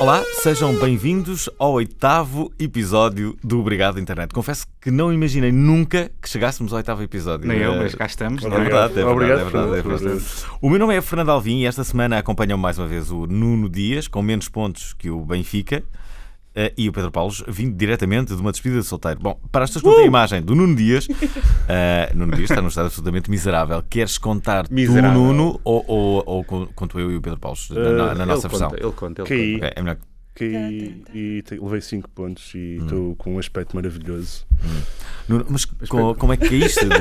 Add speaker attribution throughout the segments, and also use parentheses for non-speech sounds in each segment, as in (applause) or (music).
Speaker 1: Olá, sejam bem-vindos ao oitavo episódio do Obrigado Internet. Confesso que não imaginei nunca que chegássemos ao oitavo episódio.
Speaker 2: Nem eu,
Speaker 1: Eh,
Speaker 2: mas cá estamos.
Speaker 1: É
Speaker 2: não é?
Speaker 1: verdade, é verdade,
Speaker 3: Obrigado
Speaker 1: é verdade, é
Speaker 3: por-
Speaker 1: verdade. O meu nome é Fernando Alvim e esta semana acompanham mais uma vez o Nuno Dias, com menos pontos que o Benfica, eh, e o Pedro Paulos, vindo diretamente de uma despedida de solteiro. Bom, para estas
Speaker 2: Uh!
Speaker 1: não têm imagem do Nuno Dias, (laughs) eh, Nuno Dias está num estado absolutamente miserável. Queres contar
Speaker 3: Miserável.
Speaker 1: tu, Nuno, ou, ou, ou con- conto eu e o Pedro Paulos na, na- na
Speaker 3: Eh,
Speaker 1: nossa
Speaker 4: ele
Speaker 1: versão?
Speaker 4: Conta, ele conta, ele
Speaker 3: Caí,
Speaker 1: Ok, é melhor.
Speaker 3: caí e te- levei 5 pontos e
Speaker 1: Hum.
Speaker 3: estou com um aspecto maravilhoso.
Speaker 1: Nuno, mas co- como é que
Speaker 3: (laughs)
Speaker 1: caíste? De,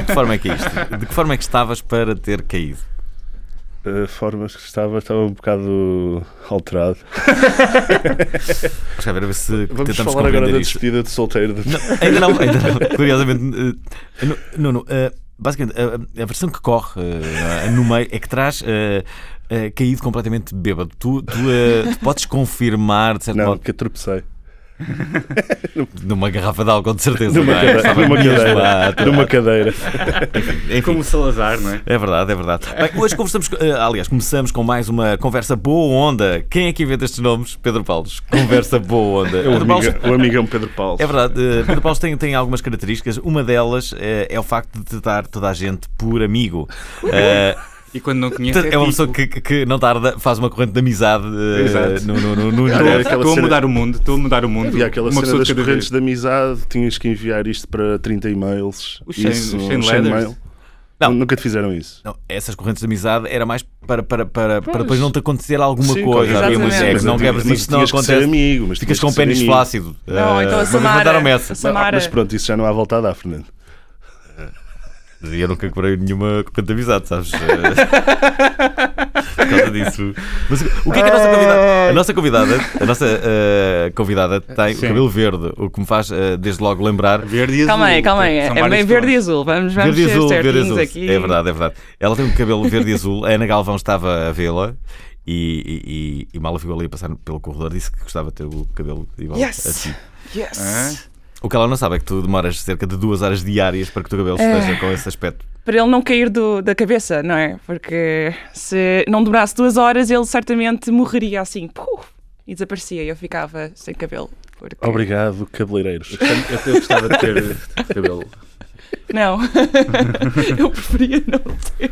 Speaker 1: de que forma é que caíste? De que forma é que estavas para ter caído?
Speaker 3: A forma que estava, estava um bocado alterado.
Speaker 1: Deixa eu ver se
Speaker 3: Vamos
Speaker 1: tentamos
Speaker 3: falar agora
Speaker 1: compreender
Speaker 3: da
Speaker 1: isto.
Speaker 3: despedida de solteiro. de-
Speaker 1: Não, ainda não, ainda
Speaker 3: (laughs)
Speaker 1: não. Curiosamente, eh, nu- Nuno, eh, basicamente, a- a, a versão que corre eh, no meio é que traz eh, eh, caído completamente bêbado. Tu, tu, eh, tu podes confirmar, de certo
Speaker 3: Não,
Speaker 1: modo,
Speaker 3: que eu tropecei.
Speaker 1: numa garrafa de álcool, de certeza.
Speaker 3: Numa
Speaker 1: não é?
Speaker 3: cadeira.
Speaker 1: Estava
Speaker 3: Numa
Speaker 1: mesmo lá
Speaker 3: cadeira.
Speaker 1: atrás.
Speaker 3: Numa
Speaker 1: É
Speaker 3: cadeira.
Speaker 1: Enfim.
Speaker 2: Como o Salazar, não é?
Speaker 1: É verdade, é verdade. Bem, hoje conversamos, com- eh, aliás, começamos com mais uma conversa boa onda. Quem é que inventa estes nomes? Pedro Paulos. Conversa boa onda.
Speaker 3: O,
Speaker 1: Pedro Paulos,
Speaker 3: amiga, o amigão Pedro Paulo.
Speaker 1: É verdade, eh, Pedro Paulo tem, tem algumas características. Uma delas eh, é o facto de tratar toda a gente por amigo.
Speaker 3: Uhum.
Speaker 1: Eh,
Speaker 2: E quando não conhece.
Speaker 1: portanto, é uma
Speaker 2: tipo,
Speaker 1: pessoa que, que- que não tarda, faz uma corrente de amizade eh,
Speaker 2: Exato.
Speaker 1: no, no, no- no-
Speaker 3: Olha,
Speaker 1: no-
Speaker 3: é aquela
Speaker 2: Estou a
Speaker 3: cena-
Speaker 2: mudar o mundo, estou a mudar o mundo.
Speaker 3: E aquela
Speaker 2: uma
Speaker 3: cena
Speaker 2: pessoa
Speaker 3: das
Speaker 2: de cada
Speaker 3: correntes
Speaker 2: vez.
Speaker 3: de amizade, tinhas que enviar isto para 30 e-mails.
Speaker 2: O Shane-
Speaker 3: isso,
Speaker 2: o Shane
Speaker 3: o Shane
Speaker 2: Leathers?
Speaker 3: mail.
Speaker 1: Não.
Speaker 3: Nunca te fizeram isso.
Speaker 1: Não, essas correntes de amizade era mais para, para, para, para depois não te acontecer alguma
Speaker 3: Sim,
Speaker 1: coisa.
Speaker 3: claro.
Speaker 1: Havia uma
Speaker 5: Exatamente.
Speaker 1: é que não
Speaker 3: Mas
Speaker 1: quebras
Speaker 3: tinhas
Speaker 1: isso, não
Speaker 3: que ser
Speaker 1: acontece.
Speaker 3: amigo, mas
Speaker 1: Ficas com
Speaker 3: tinhas que
Speaker 1: o
Speaker 3: ser
Speaker 1: pênis
Speaker 3: amigo. Ah,
Speaker 1: flácido.
Speaker 5: Não,
Speaker 1: Eh,
Speaker 5: então a
Speaker 1: uma vez
Speaker 5: Samara.
Speaker 1: mandaram-me essa.
Speaker 5: A Samara.
Speaker 3: Mas pronto, isso já não há volta a dar, Fernando.
Speaker 1: E eu nunca quebrei nenhuma corrente de amizade, sabes? (laughs) Por causa disso. Mas o que é que a nossa convidada. A nossa convidada, a nossa, eh, convidada tem o cabelo verde, o que me faz eh, desde logo lembrar.
Speaker 2: Verde e
Speaker 5: Calma aí,
Speaker 2: azul,
Speaker 5: calma aí.
Speaker 2: são
Speaker 5: É
Speaker 2: vários
Speaker 5: bem verde e
Speaker 2: tons.
Speaker 5: azul. Vamos, vamos
Speaker 1: Verde e
Speaker 5: ser
Speaker 1: azul, verde e
Speaker 5: certinhos
Speaker 1: azul.
Speaker 5: aqui.
Speaker 1: É verdade, é verdade. Ela tem um cabelo verde e azul. A Ana Galvão estava a vê-la e, e, e, e mal ficou ali a passar pelo corredor. Disse que gostava de ter o cabelo igual
Speaker 5: Yes.
Speaker 1: a ti.
Speaker 5: Yes.
Speaker 2: (laughs) Ah,
Speaker 1: O que ela não sabe é que tu demoras cerca de duas horas diárias para que o teu cabelo esteja com esse aspecto.
Speaker 5: Para ele não cair do- da cabeça, não é? Porque se não demorasse duas horas, ele certamente morreria assim. Puf, e desaparecia. E eu ficava sem cabelo. Porque...
Speaker 3: Obrigado, cabeleireiros.
Speaker 4: conta. Eu, eu gostava de ter cabelo.
Speaker 5: Não. eu preferia não ter.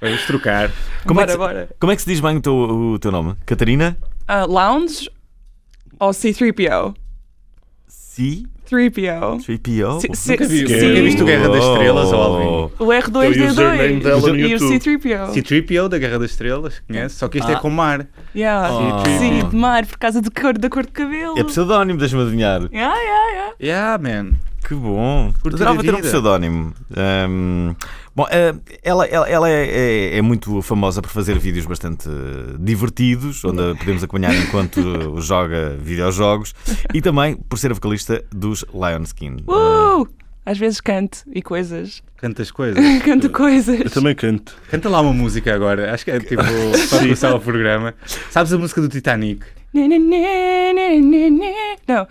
Speaker 2: Vamos trocar.
Speaker 1: Como é
Speaker 5: bora,
Speaker 1: que se-
Speaker 5: bora.
Speaker 1: Como é que se diz bem o teu, o teu nome? Catarina?
Speaker 5: Ah, lounge ou C3PO?
Speaker 1: Si?
Speaker 5: 3PO.
Speaker 1: 3PO?
Speaker 5: C- C-
Speaker 3: vi.
Speaker 5: C-
Speaker 3: Nunca
Speaker 4: vi isto. Guerra das Estrelas
Speaker 1: Oh.
Speaker 4: ou alguém?
Speaker 5: O
Speaker 3: É o username
Speaker 5: R2D2
Speaker 3: dela no
Speaker 5: e o
Speaker 3: YouTube.
Speaker 5: C3PO.
Speaker 2: C-3PO da Guerra das Estrelas, conhece? Só que isto é com mar.
Speaker 5: Yeah.
Speaker 2: Ah.
Speaker 1: Oh.
Speaker 5: Sim, de mar, por causa do cor, da cor de cabelo.
Speaker 1: É pseudónimo, deixa-me adivinhar.
Speaker 5: Yeah, yeah, yeah.
Speaker 2: Yeah, man.
Speaker 1: Que bom.
Speaker 2: Curtir
Speaker 1: Adorava
Speaker 2: a
Speaker 1: ter um
Speaker 2: vida.
Speaker 1: pseudónimo. Ahm, bom, ah, ela, ela, ela é, é- é muito famosa por fazer vídeos bastante eh, divertidos, onde a podemos acompanhar enquanto joga videojogos, e também por ser a vocalista dos Lion Skin.
Speaker 5: Uh! Às vezes canto e coisas. (laughs)
Speaker 2: Canta as (laughs) coisas.
Speaker 5: Canto
Speaker 3: Eu
Speaker 5: coisas.
Speaker 3: também canto.
Speaker 2: Canta lá uma música agora. Acho que é (laughs) tipo para começar o programa. Sabes a música do Titanic?
Speaker 5: Né, né, né, né, né, né. Não.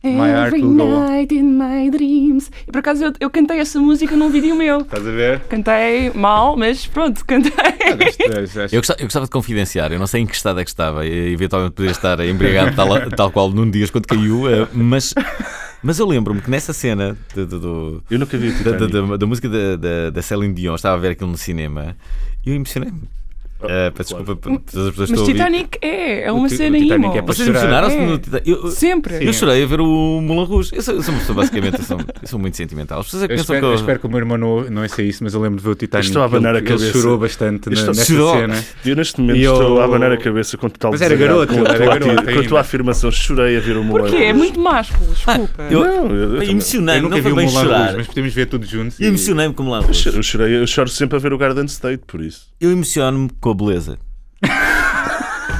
Speaker 2: My heart
Speaker 5: Every
Speaker 2: will go on.
Speaker 5: night in my dreams. E por acaso eu, eu cantei essa música num vídeo meu.
Speaker 2: Estás a ver?
Speaker 5: Cantei mal, mas pronto,
Speaker 2: Ah,
Speaker 5: cantei.
Speaker 1: Eu gostava, eu gostava de confidenciar, eu não sei em que estado é que estava, e eventualmente poderia estar embriagado tal, tal qual num dia quando caiu, eh, mas, mas eu lembro-me que nessa cena de- de- do,
Speaker 3: Eu nunca vi o
Speaker 1: da, da-
Speaker 3: Titanic.
Speaker 1: da- da música da, da, da Celine Dion, estava a ver aquilo no cinema e eu impressionei-me. Ah, peço desculpa para todas as pessoas que
Speaker 5: Mas
Speaker 1: estão a ouvir.
Speaker 5: Titanic é, é uma
Speaker 2: Ti- o
Speaker 5: cena
Speaker 2: Titanic
Speaker 5: emo.
Speaker 2: é para
Speaker 1: Vocês
Speaker 2: chorar.
Speaker 1: emocionaram-se
Speaker 5: É.
Speaker 1: no Titanic? Eu-
Speaker 5: Sempre.
Speaker 1: Eu chorei a ver o Moulin Rouge. Eu sou, eu sou uma pessoa, basicamente, eu sou, eu sou muito sentimental. As pessoas é que
Speaker 2: Eu
Speaker 1: pensam
Speaker 2: espero, eu
Speaker 1: que eu...
Speaker 2: espero que o meu irmão não, não ouça isso, mas eu lembro de ver o Titanic.
Speaker 3: estou a abanar
Speaker 2: ele,
Speaker 3: a cabeça.
Speaker 2: Ele chorou bastante
Speaker 3: Eu estou-
Speaker 2: na, nesta
Speaker 1: Chorou.
Speaker 2: cena.
Speaker 3: Eu neste momento
Speaker 2: E eu-
Speaker 3: estou a abanar a cabeça com total
Speaker 2: Mas era
Speaker 3: desagrado
Speaker 2: garoto,
Speaker 3: com a
Speaker 2: era
Speaker 3: tua,
Speaker 2: garoto
Speaker 3: atitude, com a
Speaker 2: ainda.
Speaker 3: tua afirmação, chorei a ver o Moulin
Speaker 5: Porquê? É
Speaker 3: Rouge.
Speaker 5: muito
Speaker 2: (laughs)
Speaker 5: másculo, desculpa.
Speaker 1: eu-
Speaker 3: Não, eu, eu,
Speaker 1: Eu
Speaker 3: também-
Speaker 1: emocionei-me,
Speaker 2: eu
Speaker 1: não
Speaker 2: nunca vi
Speaker 1: foi
Speaker 2: o
Speaker 1: bem
Speaker 2: Moulin Rouge,
Speaker 1: chorar.
Speaker 2: mas podemos ver tudo juntos.
Speaker 1: E emocionei-me com o Moulin
Speaker 3: eu
Speaker 1: Rouge.
Speaker 3: choro- eu chorei, eu choro sempre a ver o Garden State, por isso.
Speaker 1: Eu emociono-me com a beleza.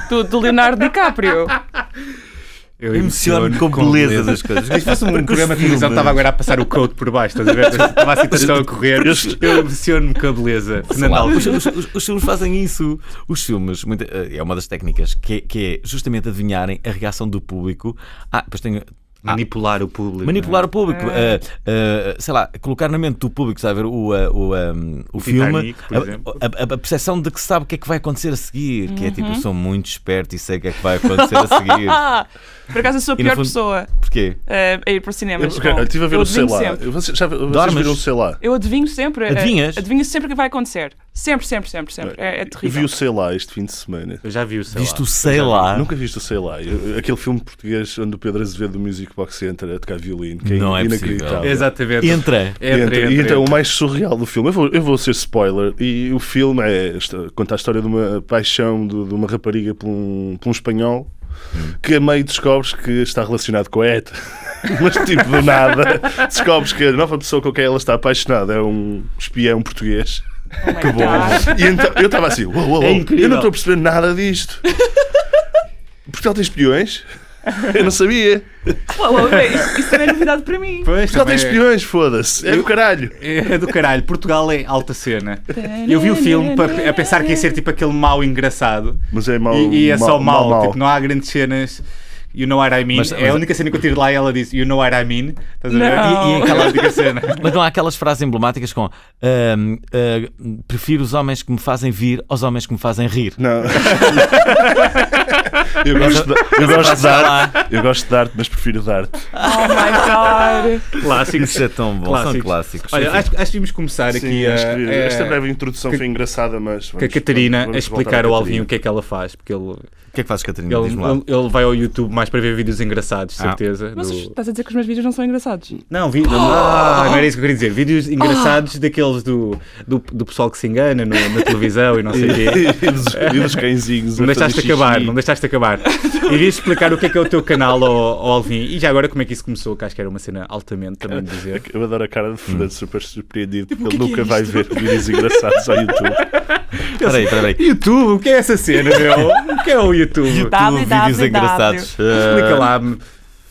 Speaker 5: Do, do Leonardo DiCaprio.
Speaker 2: Eu
Speaker 1: Emociono-me com a beleza das coisas.
Speaker 2: Se
Speaker 1: (laughs)
Speaker 2: fosse um
Speaker 1: Porque
Speaker 2: programa
Speaker 1: os
Speaker 2: de televisão,
Speaker 1: filmes-
Speaker 2: estava agora a passar o code por baixo, estás a ver? Estava a situação a correr. Eu emociono-me com a beleza.
Speaker 1: Sei
Speaker 2: Fernando
Speaker 1: lá,
Speaker 2: Alves.
Speaker 1: os, os- os- os filmes fazem isso. Os filmes, muita- eh, é uma das técnicas, que, é- que é justamente adivinharem a reação do público. Ah, depois tenho. ah,
Speaker 2: Manipular o público.
Speaker 1: Manipular o público, eh, eh, sei lá, colocar na mente do público, sabe, o, eh, o, eh, o filme,
Speaker 2: Titanic, por exemplo.
Speaker 1: a, a, a percepção de que sabe o que é que vai acontecer a seguir, que é tipo, eu sou muito esperto e sei o que é que vai acontecer a seguir.
Speaker 5: (laughs) Ah! Por acaso eu sou a
Speaker 1: E no
Speaker 5: pior
Speaker 1: fundo-
Speaker 5: pessoa
Speaker 1: Porquê?
Speaker 5: eh, a ir para o cinema.
Speaker 3: Eu, porque, eu estive a ver
Speaker 5: eu
Speaker 3: o sei
Speaker 5: adivinho
Speaker 3: lá.
Speaker 5: sempre.
Speaker 3: Eu- Vocês, já, vocês
Speaker 1: Dormes?
Speaker 3: viram o sei lá?
Speaker 5: Eu adivinho sempre. eh,
Speaker 1: Adivinhas?
Speaker 5: Adivinho sempre o que vai acontecer. Sempre, sempre, sempre, sempre. É, é
Speaker 3: Eu vi
Speaker 5: terrível.
Speaker 3: o sei lá este fim de semana.
Speaker 2: Eu já vi o sei
Speaker 1: Viste
Speaker 2: lá.
Speaker 1: o sei lá.
Speaker 3: Nunca viste o Sei Lá, Eu- aquele filme português onde o Pedro Azevedo do Music Box entra a tocar violino, que é
Speaker 1: Não é possível.
Speaker 3: inacreditável.
Speaker 2: Exatamente.
Speaker 1: Entra. um-
Speaker 2: Entra,
Speaker 3: Entra-
Speaker 2: entra,
Speaker 3: e então
Speaker 2: entra.
Speaker 3: o mais surreal do filme, eu vou, eu vou ser spoiler, e o filme é, esta- conta a história de uma paixão de, de uma rapariga por um, por um espanhol que a meio descobres que está relacionado com a ETA. (laughs) Mas tipo do nada descobres que a nova pessoa com quem ela está apaixonada é um espião português.
Speaker 5: que bom.
Speaker 3: E então eu estava assim, uou, uou, uou,
Speaker 2: É
Speaker 3: eu
Speaker 2: incrível.
Speaker 3: não estou a perceber nada disto. Portugal tem espiões? Eu não sabia.
Speaker 5: (laughs) isso, isso não é novidade para mim.
Speaker 2: Pois,
Speaker 3: Portugal
Speaker 2: também
Speaker 3: tem
Speaker 2: é-
Speaker 3: espiões, foda-se. É do caralho.
Speaker 2: É do caralho, Portugal é alta cena. Eu vi o filme pa- a pensar que ia ser tipo aquele mau engraçado
Speaker 3: Mas é mau.
Speaker 2: e, e é só mau,
Speaker 3: mau, mau.
Speaker 2: tipo, não há grandes cenas. You know what I mean?
Speaker 1: Mas-
Speaker 2: é a única cena que eu tiro de lá e ela diz You know what I mean? Estás a ver?
Speaker 5: Não.
Speaker 2: E, e aquela única
Speaker 3: (laughs)
Speaker 2: cena.
Speaker 1: Mas não há aquelas frases emblemáticas com ahm, ah, prefiro os homens que me fazem vir aos homens que me fazem rir.
Speaker 3: Não. eu gosto de, eu gosto de
Speaker 1: Sei
Speaker 3: dar.
Speaker 1: lá.
Speaker 3: Eu gosto de dar-te, mas prefiro dar-te.
Speaker 5: Oh (laughs) my god.
Speaker 2: Clássicos.
Speaker 1: Isso é tão bom, são clássicos.
Speaker 2: Olha,
Speaker 1: Enfim.
Speaker 2: acho, acho que vimos começar aqui a,
Speaker 3: é acho que
Speaker 2: a-
Speaker 3: esta breve introdução foi engraçada, mas.
Speaker 2: com é. a
Speaker 3: vamos-
Speaker 2: Catarina
Speaker 3: vamos
Speaker 2: a
Speaker 3: voltar
Speaker 2: explicar
Speaker 3: à
Speaker 2: ao Alvinho o
Speaker 3: Catarina.
Speaker 2: que é que ela faz, porque ele,
Speaker 1: O que é que fazes, Catarina?
Speaker 2: ele,
Speaker 1: Diz-me lá.
Speaker 2: ele- ele vai ao YouTube mais para ver vídeos engraçados,
Speaker 1: Ah.
Speaker 2: certeza.
Speaker 5: Mas
Speaker 2: do-
Speaker 5: estás a dizer que os meus vídeos não são engraçados?
Speaker 2: Não, vi... ah, não era isso que eu queria dizer. Vídeos engraçados
Speaker 5: Ah!
Speaker 2: daqueles do, do, do pessoal que se engana no- na televisão e não sei o
Speaker 3: (laughs)
Speaker 2: quê.
Speaker 3: E dos- E dos cãezinhos.
Speaker 2: é Não
Speaker 3: a fazer
Speaker 2: deixaste
Speaker 3: xixi.
Speaker 2: acabar, não deixaste acabar. Irias explicar o que é que é o teu canal ao, ao Alvin e já agora como é que isso começou, que acho que era uma cena altamente também de dizer.
Speaker 3: Eu adoro a cara de Fernando super surpreendido
Speaker 2: Tipo,
Speaker 3: porque
Speaker 2: é
Speaker 3: ele nunca vai ver vídeos engraçados ao YouTube.
Speaker 2: (laughs)
Speaker 1: Peraí, peraí.
Speaker 2: YouTube, o que é essa cena, meu? O que é o YouTube?
Speaker 1: YouTube, vídeos
Speaker 5: WWW.
Speaker 1: engraçados.
Speaker 2: Explica
Speaker 1: Ah,
Speaker 2: lá,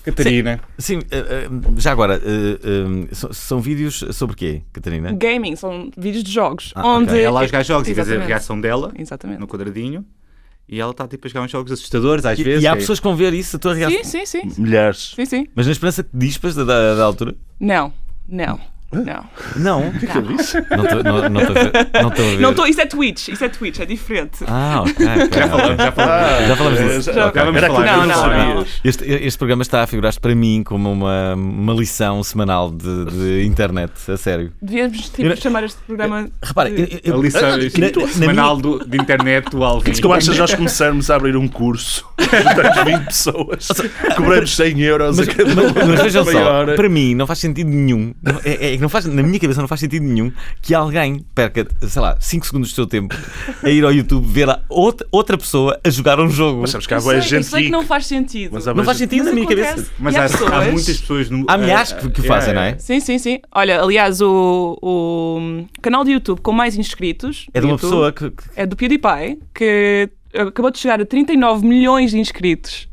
Speaker 2: Catarina.
Speaker 1: Sim, ah, ah, já agora, ah, ah, so- são vídeos sobre quê, Catarina?
Speaker 5: Gaming, são vídeos de jogos.
Speaker 1: Ah,
Speaker 5: onde
Speaker 1: ok.
Speaker 2: Ela a jogar jogos e vês a
Speaker 5: Exatamente.
Speaker 2: reação dela
Speaker 5: (laughs) Exatamente.
Speaker 2: no quadradinho e ela está tipo a jogar uns jogos assustadores às
Speaker 1: E,
Speaker 2: vezes.
Speaker 1: e há
Speaker 2: que é-
Speaker 1: pessoas que vão ver isso, a tua reação.
Speaker 5: Sim, sim, sim.
Speaker 3: Milhares.
Speaker 5: Sim, sim.
Speaker 1: Mas na esperança que dispas da, da, da altura?
Speaker 5: Não, não, não.
Speaker 1: Não.
Speaker 3: O que é que ele disse?
Speaker 1: Não estou não, não tô a ver. Não estou a ver.
Speaker 5: Não tô, isso é Twitch, isso é Twitch, é diferente.
Speaker 1: Ah, ok. ok,
Speaker 2: Já
Speaker 1: ok.
Speaker 2: falamos, já falamos.
Speaker 1: Já falamos disso.
Speaker 3: Ah, é, Já, já
Speaker 1: Ok.
Speaker 2: vamos
Speaker 3: Era aquilo
Speaker 2: falar,
Speaker 3: que
Speaker 5: não,
Speaker 3: tu
Speaker 5: não,
Speaker 3: sabias.
Speaker 5: não.
Speaker 1: Este, este programa está a figurar-se para mim como uma, uma lição semanal de, de internet, a sério.
Speaker 5: Devíamos tipo,
Speaker 1: Eu não-
Speaker 5: chamar este programa.
Speaker 1: Repara, eu- eu-
Speaker 2: A lição
Speaker 1: Ah, na- na
Speaker 2: tipo, semanal do- de internet do Alvin.
Speaker 3: Como achas nós começarmos a abrir um curso? (laughs) Juntamos 20 pessoas, cobramos 100 euros a cada
Speaker 1: Mas, mas vejam
Speaker 3: meia
Speaker 1: só,
Speaker 3: hora.
Speaker 1: para mim não faz sentido nenhum, não- é, é que não faz, na minha cabeça não faz sentido nenhum que alguém perca, sei lá, 5 segundos do seu tempo a ir ao YouTube ver a outra, outra pessoa a jogar um jogo.
Speaker 3: Mas sabes que há
Speaker 5: eu
Speaker 3: boa
Speaker 5: sei, eu
Speaker 3: gente
Speaker 5: sei que
Speaker 3: geek.
Speaker 5: não faz sentido.
Speaker 3: é Mas há
Speaker 1: não
Speaker 3: boa
Speaker 1: faz
Speaker 3: gente-
Speaker 1: sentido na minha
Speaker 5: acontece.
Speaker 1: cabeça.
Speaker 2: Mas
Speaker 5: E
Speaker 2: há,
Speaker 5: há
Speaker 2: há
Speaker 5: pessoas-
Speaker 2: muitas pessoas no.
Speaker 1: Há milhares
Speaker 2: eh,
Speaker 1: que, que
Speaker 2: eh,
Speaker 1: fazem,
Speaker 2: eh,
Speaker 1: não é?
Speaker 5: Sim, sim, sim. Olha, aliás, o, o canal de YouTube com mais inscritos
Speaker 1: É de
Speaker 5: no
Speaker 1: uma
Speaker 5: YouTube
Speaker 1: pessoa que. que-
Speaker 5: é do PewDiePie, que acabou de chegar a 39 milhões de inscritos.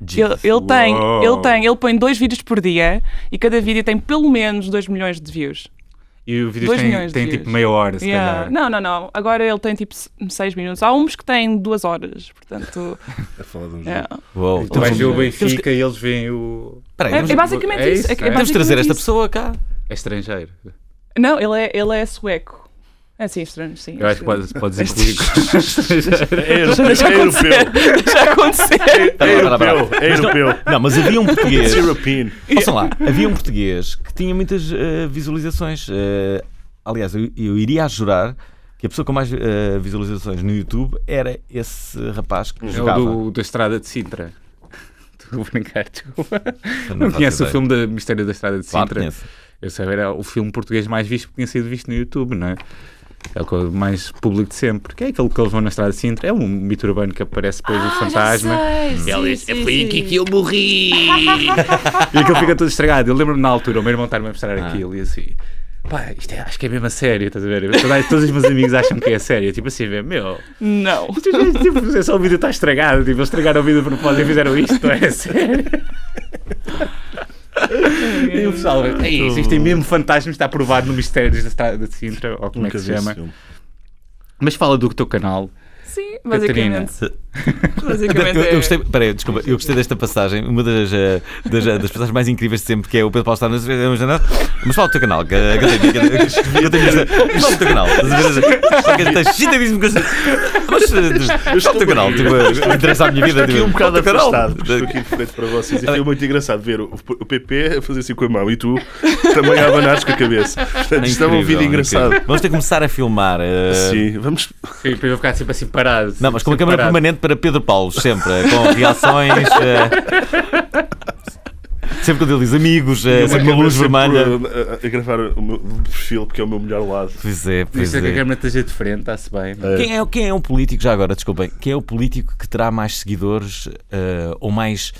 Speaker 5: Ele, ele tem,
Speaker 2: Uau.
Speaker 5: ele tem, ele põe dois vídeos por dia e cada vídeo tem pelo menos 2 milhões de views.
Speaker 2: E o vídeo
Speaker 5: Dois
Speaker 2: tem,
Speaker 5: milhões de
Speaker 2: tem
Speaker 5: views.
Speaker 2: tipo meia hora, se
Speaker 5: Yeah.
Speaker 2: calhar.
Speaker 5: Não, não, não. Agora ele tem tipo 6 minutos. Há uns que têm 2 horas, portanto.
Speaker 3: A falar de um jogo.
Speaker 5: é.
Speaker 1: Uou,
Speaker 2: Tu vais ver o
Speaker 1: Temos que-
Speaker 2: Benfica e eles veem o.
Speaker 1: Peraí,
Speaker 5: É-
Speaker 1: vamos-
Speaker 5: é basicamente
Speaker 2: é
Speaker 5: isso.
Speaker 2: isso,
Speaker 5: é que- é
Speaker 2: é?
Speaker 1: Temos de
Speaker 5: basicamente
Speaker 1: trazer esta
Speaker 5: isso.
Speaker 1: pessoa cá.
Speaker 2: É estrangeiro.
Speaker 5: Não, ele é, ele é sueco. É sim, estranho, sim.
Speaker 2: Eu acho que pode, pode dizer
Speaker 1: (laughs)
Speaker 2: que
Speaker 3: (laughs) É europeu,
Speaker 5: Já
Speaker 3: é
Speaker 5: aconteceu.
Speaker 3: europeu,
Speaker 5: Já aconteceu.
Speaker 1: Tá
Speaker 3: é
Speaker 1: bem, tá bem, tá
Speaker 3: europeu, é europeu.
Speaker 1: Não, mas havia um
Speaker 3: (laughs)
Speaker 1: português.
Speaker 3: It's European.
Speaker 1: Ouçam lá, havia um português que tinha muitas eh, visualizações. eh, aliás, eu, eu iria a jurar que a pessoa com mais eh, visualizações no YouTube era esse rapaz que
Speaker 2: É o
Speaker 1: jogava.
Speaker 2: do, da Estrada de Sintra. Estou a brincar, desculpa.
Speaker 1: Eu
Speaker 2: Não
Speaker 1: faço
Speaker 2: conhece o
Speaker 1: ideia.
Speaker 2: filme da Mistério da Estrada de
Speaker 1: Claro
Speaker 2: Sintra?
Speaker 1: que conheço.
Speaker 2: Eu sei, era o filme português mais visto que tinha sido visto no YouTube, não é? É o que eu- mais público de sempre. Que é aquele que eles vão na estrada de Sintra. É um mito urbano que aparece
Speaker 6: Ah,
Speaker 2: depois
Speaker 1: Ah,
Speaker 2: o fantasma. E ela diz: "É, Foi aqui que eu morri! e aquilo fica todo estragado. Eu lembro-me na altura, o meu irmão estar-me a mostrar
Speaker 1: Ah.
Speaker 2: aquilo e assim. Pá, isto é, acho que é mesmo a sério, estás a ver? Toda- Todos os meus amigos acham que é a sério. Tipo assim, vê, meu,
Speaker 6: Não.
Speaker 2: isto já- tipo, é só o vídeo está estragado. Tipo, eles estragaram o vídeo por propósito e fizeram isto, não é a sério? E o pessoal, é isso, isto é mesmo fantasma, está aprovado no mistério da Estrada de Sintra, ou como é que
Speaker 3: Nunca
Speaker 2: se
Speaker 3: vi esse
Speaker 2: chama.
Speaker 3: filme.
Speaker 2: Mas fala do teu canal.
Speaker 6: Sim, basicamente.
Speaker 1: Eu,
Speaker 6: basicamente
Speaker 1: eu
Speaker 6: é-
Speaker 1: gostei, peraí, desculpa, eu gostei desta passagem, uma das, eh, das, das passagens mais incríveis de sempre, que é o Pedro Paulo estar nas nas janelas. Mas fala do teu canal, que eh, que eu tenho- que eu tenho- que eu tenho isto. Fala do teu canal. Só que tens chitadíssimo com isso. Mas eh, fala do teu canal, tipo, interessa a minha vida.
Speaker 3: Estou aqui um
Speaker 1: tipo, fala
Speaker 3: bocado
Speaker 1: do teu canal.
Speaker 3: afastado, porque estou aqui de frente para vocês. E foi muito engraçado ver o, o PP a fazer assim com a mão e tu também a abanares com a cabeça. Portanto, isto é um
Speaker 1: Incrível,
Speaker 3: vídeo engraçado.
Speaker 1: incrível. Vamos ter que começar a filmar. eh,
Speaker 3: Sim, vamos.
Speaker 2: Sim, para eu ficar sempre assim parado.
Speaker 1: Não, mas é com uma
Speaker 2: sempre
Speaker 1: câmara
Speaker 2: parado.
Speaker 1: permanente para Pedro Paulo, sempre, eh, com reações. eh, sempre quando ele diz amigos, eh,
Speaker 3: uma
Speaker 1: sempre uma
Speaker 3: câmera
Speaker 1: luz
Speaker 3: sempre
Speaker 2: eh,
Speaker 1: vermelha.
Speaker 3: A, a- a gravar o meu de perfil, porque é o meu melhor lado.
Speaker 1: Pois é, pois
Speaker 2: Isso é que a
Speaker 1: é.
Speaker 2: câmera esteja de frente, está-se bem. não é?
Speaker 1: Quem é, quem é um político, já agora, desculpem, quem é o político que terá mais seguidores eh, ou mais.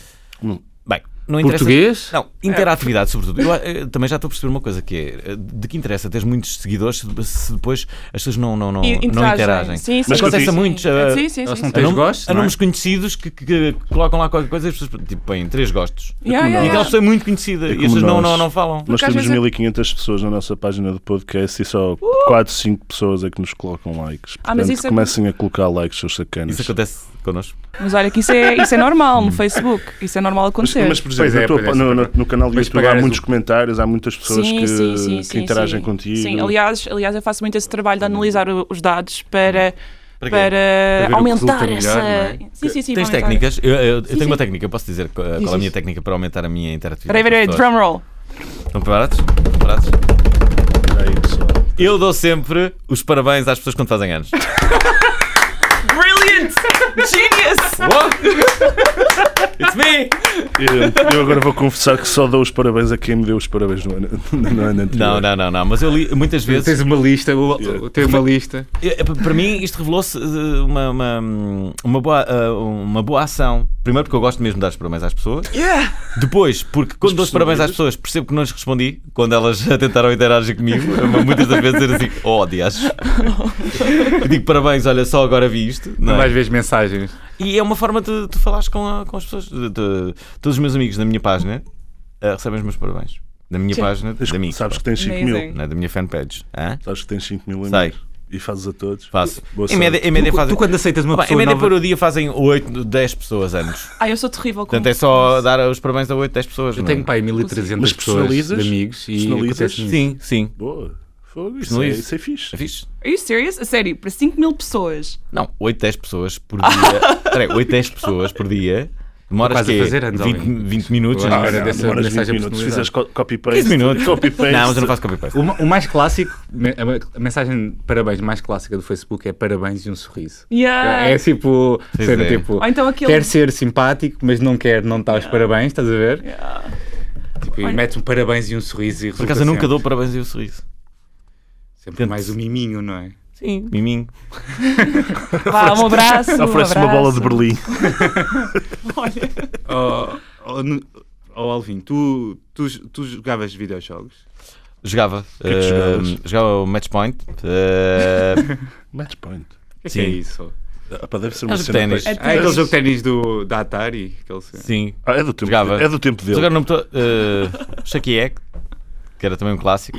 Speaker 1: Bem, não interessa.
Speaker 2: Hum. Português?
Speaker 1: Não, interatividade, sobretudo. Eu, eh, também já estou a perceber uma coisa que é: eh, de que interessa teres muitos seguidores se, se depois as pessoas não, não, não,
Speaker 6: E-
Speaker 1: não interagem?
Speaker 6: Sim, sim,
Speaker 1: Mas
Speaker 6: sim,
Speaker 1: acontece a
Speaker 6: sim.
Speaker 1: muitos. eh,
Speaker 6: Sim, sim, sim.
Speaker 2: Elas
Speaker 6: sim.
Speaker 2: não
Speaker 1: A,
Speaker 2: têm
Speaker 1: nome-
Speaker 2: gostos,
Speaker 1: a
Speaker 2: não é?
Speaker 1: nomes conhecidos que, que- que colocam lá qualquer coisa e as pessoas tipo, põem três gostos.
Speaker 6: Yeah, yeah,
Speaker 1: e aquela
Speaker 6: yeah.
Speaker 1: pessoa é muito conhecida
Speaker 3: É
Speaker 1: e as
Speaker 3: como
Speaker 1: pessoas não,
Speaker 3: nós.
Speaker 1: não, não falam.
Speaker 3: Nós
Speaker 6: Porque às
Speaker 3: temos
Speaker 6: vezes é-
Speaker 3: 1500 pessoas na nossa página do podcast e só 4, 5 pessoas é que nos colocam likes.
Speaker 6: Ah, mas
Speaker 3: Portanto,
Speaker 6: isso é-
Speaker 3: comecem a colocar likes, seus sacanas.
Speaker 1: Isso acontece connosco.
Speaker 6: Mas olha que isso é, isso é normal
Speaker 1: Hum.
Speaker 6: no Facebook. Isso é normal
Speaker 3: Mas,
Speaker 6: acontecer.
Speaker 3: mas, por exemplo,
Speaker 2: Pois é,
Speaker 3: na tua
Speaker 2: pois é,
Speaker 3: pa- no,
Speaker 2: sempre.
Speaker 3: no- no canal do
Speaker 2: Mas
Speaker 3: YouTube há
Speaker 2: pagares
Speaker 3: muitos
Speaker 2: o-
Speaker 3: comentários, há muitas pessoas que, que interagem
Speaker 6: sim.
Speaker 3: contigo.
Speaker 6: Sim, aliás, aliás, eu faço muito esse trabalho de analisar o- os dados para, para,
Speaker 2: ver o
Speaker 6: aumentar
Speaker 2: que resulta
Speaker 1: Tá
Speaker 6: essa.
Speaker 5: Ah.
Speaker 2: melhor,
Speaker 1: é?
Speaker 6: Sim, sim, sim.
Speaker 1: Tens
Speaker 6: para aumentar.
Speaker 1: técnicas? Eu, eu- eu tenho
Speaker 6: sim.
Speaker 1: uma técnica, eu posso dizer qual qual é a minha técnica para aumentar a minha interatividade.
Speaker 6: Peraí, peraí,
Speaker 1: com as pessoas?
Speaker 6: drumroll.
Speaker 1: Estão preparados? preparados?
Speaker 3: Aí, pessoal.
Speaker 1: Eu dou sempre os parabéns às pessoas quando fazem anos.
Speaker 6: Brilliant! Genius!
Speaker 1: What? It's me!
Speaker 3: Eu, eu agora vou confessar que só dou os parabéns a quem me deu os parabéns no ano, (laughs) no ano anterior.
Speaker 1: Não, não, não, não, mas eu li muitas vezes.
Speaker 2: Tens uma lista, o- o-
Speaker 3: Yeah.
Speaker 2: tens uma lista.
Speaker 1: Eu- eu- Para mim, isto revelou-se eh, uma, uma, uma, boa, eh, uma boa ação. Primeiro, porque eu gosto mesmo de dar os parabéns às pessoas. Depois, porque quando dou os parabéns às pessoas, percebo que não lhes respondi quando elas já tentaram interagir comigo. (laughs) Muitas das vezes era assim, oh, dias. Eu digo parabéns, olha, só agora vi isto. não é?
Speaker 2: Mais vezes mensagens.
Speaker 1: E é uma forma de, de falares com, a- com as pessoas. De- de- todos os meus amigos na minha página eh, recebem os meus parabéns. Da minha página,
Speaker 3: Tens-
Speaker 1: da minha.
Speaker 3: Sabes que tens 5
Speaker 6: Amazing.
Speaker 3: mil.
Speaker 1: Não é da minha fanpage. Hã?
Speaker 3: Sabes que tens 5 mil amigos.
Speaker 1: Sei.
Speaker 3: E fazes a todos.
Speaker 1: Faço.
Speaker 3: Boa
Speaker 1: Em média, em média
Speaker 2: tu,
Speaker 1: fazem.
Speaker 2: tu quando aceitas uma
Speaker 1: Pá, em
Speaker 2: pessoa
Speaker 1: média,
Speaker 2: nova...
Speaker 1: por o dia fazem 8, 10 pessoas anos.
Speaker 6: Ai, eu sou terrível com
Speaker 1: Portanto, é só dar os parabéns a 8, 10 pessoas.
Speaker 2: Eu
Speaker 1: não
Speaker 2: tenho
Speaker 1: é?
Speaker 2: pá, aí
Speaker 3: Mas
Speaker 2: 1300 pessoas de
Speaker 3: personalizas?
Speaker 2: amigos e
Speaker 3: Personalizas?
Speaker 2: acontece-me
Speaker 1: Sim, sim.
Speaker 3: Boa. Fogo, isso, é,
Speaker 1: Personalizo.
Speaker 3: isso é fixe.
Speaker 1: É fixe?
Speaker 6: Are you serious? A sério, para 5 mil pessoas.
Speaker 1: Não, 8, 10 pessoas por
Speaker 2: (laughs)
Speaker 1: dia. Peraí, 8, 10 pessoas por dia. Demoras
Speaker 2: Quase a
Speaker 1: quê?
Speaker 2: fazer anos,
Speaker 1: 20,
Speaker 2: homem.
Speaker 1: 20 minutos?
Speaker 2: Agora
Speaker 1: não?
Speaker 2: era dessa-
Speaker 3: Ah, demoras
Speaker 2: dessa
Speaker 3: 20 minutos.
Speaker 2: personalidade.
Speaker 3: Se fizeres co- copy-paste.
Speaker 1: 15 minutos.
Speaker 3: Copy-paste.
Speaker 1: Não, mas eu não faço copy-paste.
Speaker 2: O, ma- o mais clássico, me- a ma- a mensagem de parabéns mais clássica do Facebook é parabéns e um sorriso.
Speaker 6: Yeah.
Speaker 2: É tipo,
Speaker 1: Pois
Speaker 2: cena
Speaker 1: é.
Speaker 2: tipo
Speaker 6: Ah. Ou então aquele-
Speaker 2: quer ser simpático, mas não quer não dar os parabéns, estás a ver?
Speaker 6: Yeah.
Speaker 2: Tipo, e mete um parabéns e um sorriso e
Speaker 1: Por acaso eu nunca dou parabéns um e o sorriso.
Speaker 2: Sempre mais um miminho, não é?
Speaker 1: Sim. (laughs) Miminho.
Speaker 6: Vá, um abraço. um
Speaker 3: Oferece uma bola de
Speaker 6: abraço.
Speaker 3: Berlim.
Speaker 6: Olha.
Speaker 2: Oh, oh, nu- oh, Alvin, tu, tu, tu jogavas videojogos?
Speaker 1: Jogava.
Speaker 3: é que
Speaker 1: eh,
Speaker 3: jogavas?
Speaker 1: jogava o Match Point. eh,
Speaker 3: (laughs) Match point.
Speaker 2: O que é, que
Speaker 1: Sim.
Speaker 2: é isso?
Speaker 3: Ah, pá, deve ser uma
Speaker 1: Mas
Speaker 3: cena
Speaker 1: ténis.
Speaker 3: para-
Speaker 6: É
Speaker 2: Ah, é aquele jogo de ténis do- da Atari? Aquele...
Speaker 1: sim.
Speaker 3: Ah, é do tempo
Speaker 1: Jogava.
Speaker 3: dele. É do tempo
Speaker 1: Mas
Speaker 3: dele.
Speaker 1: agora não me estou. eh, Shaky Egg, que era também um clássico.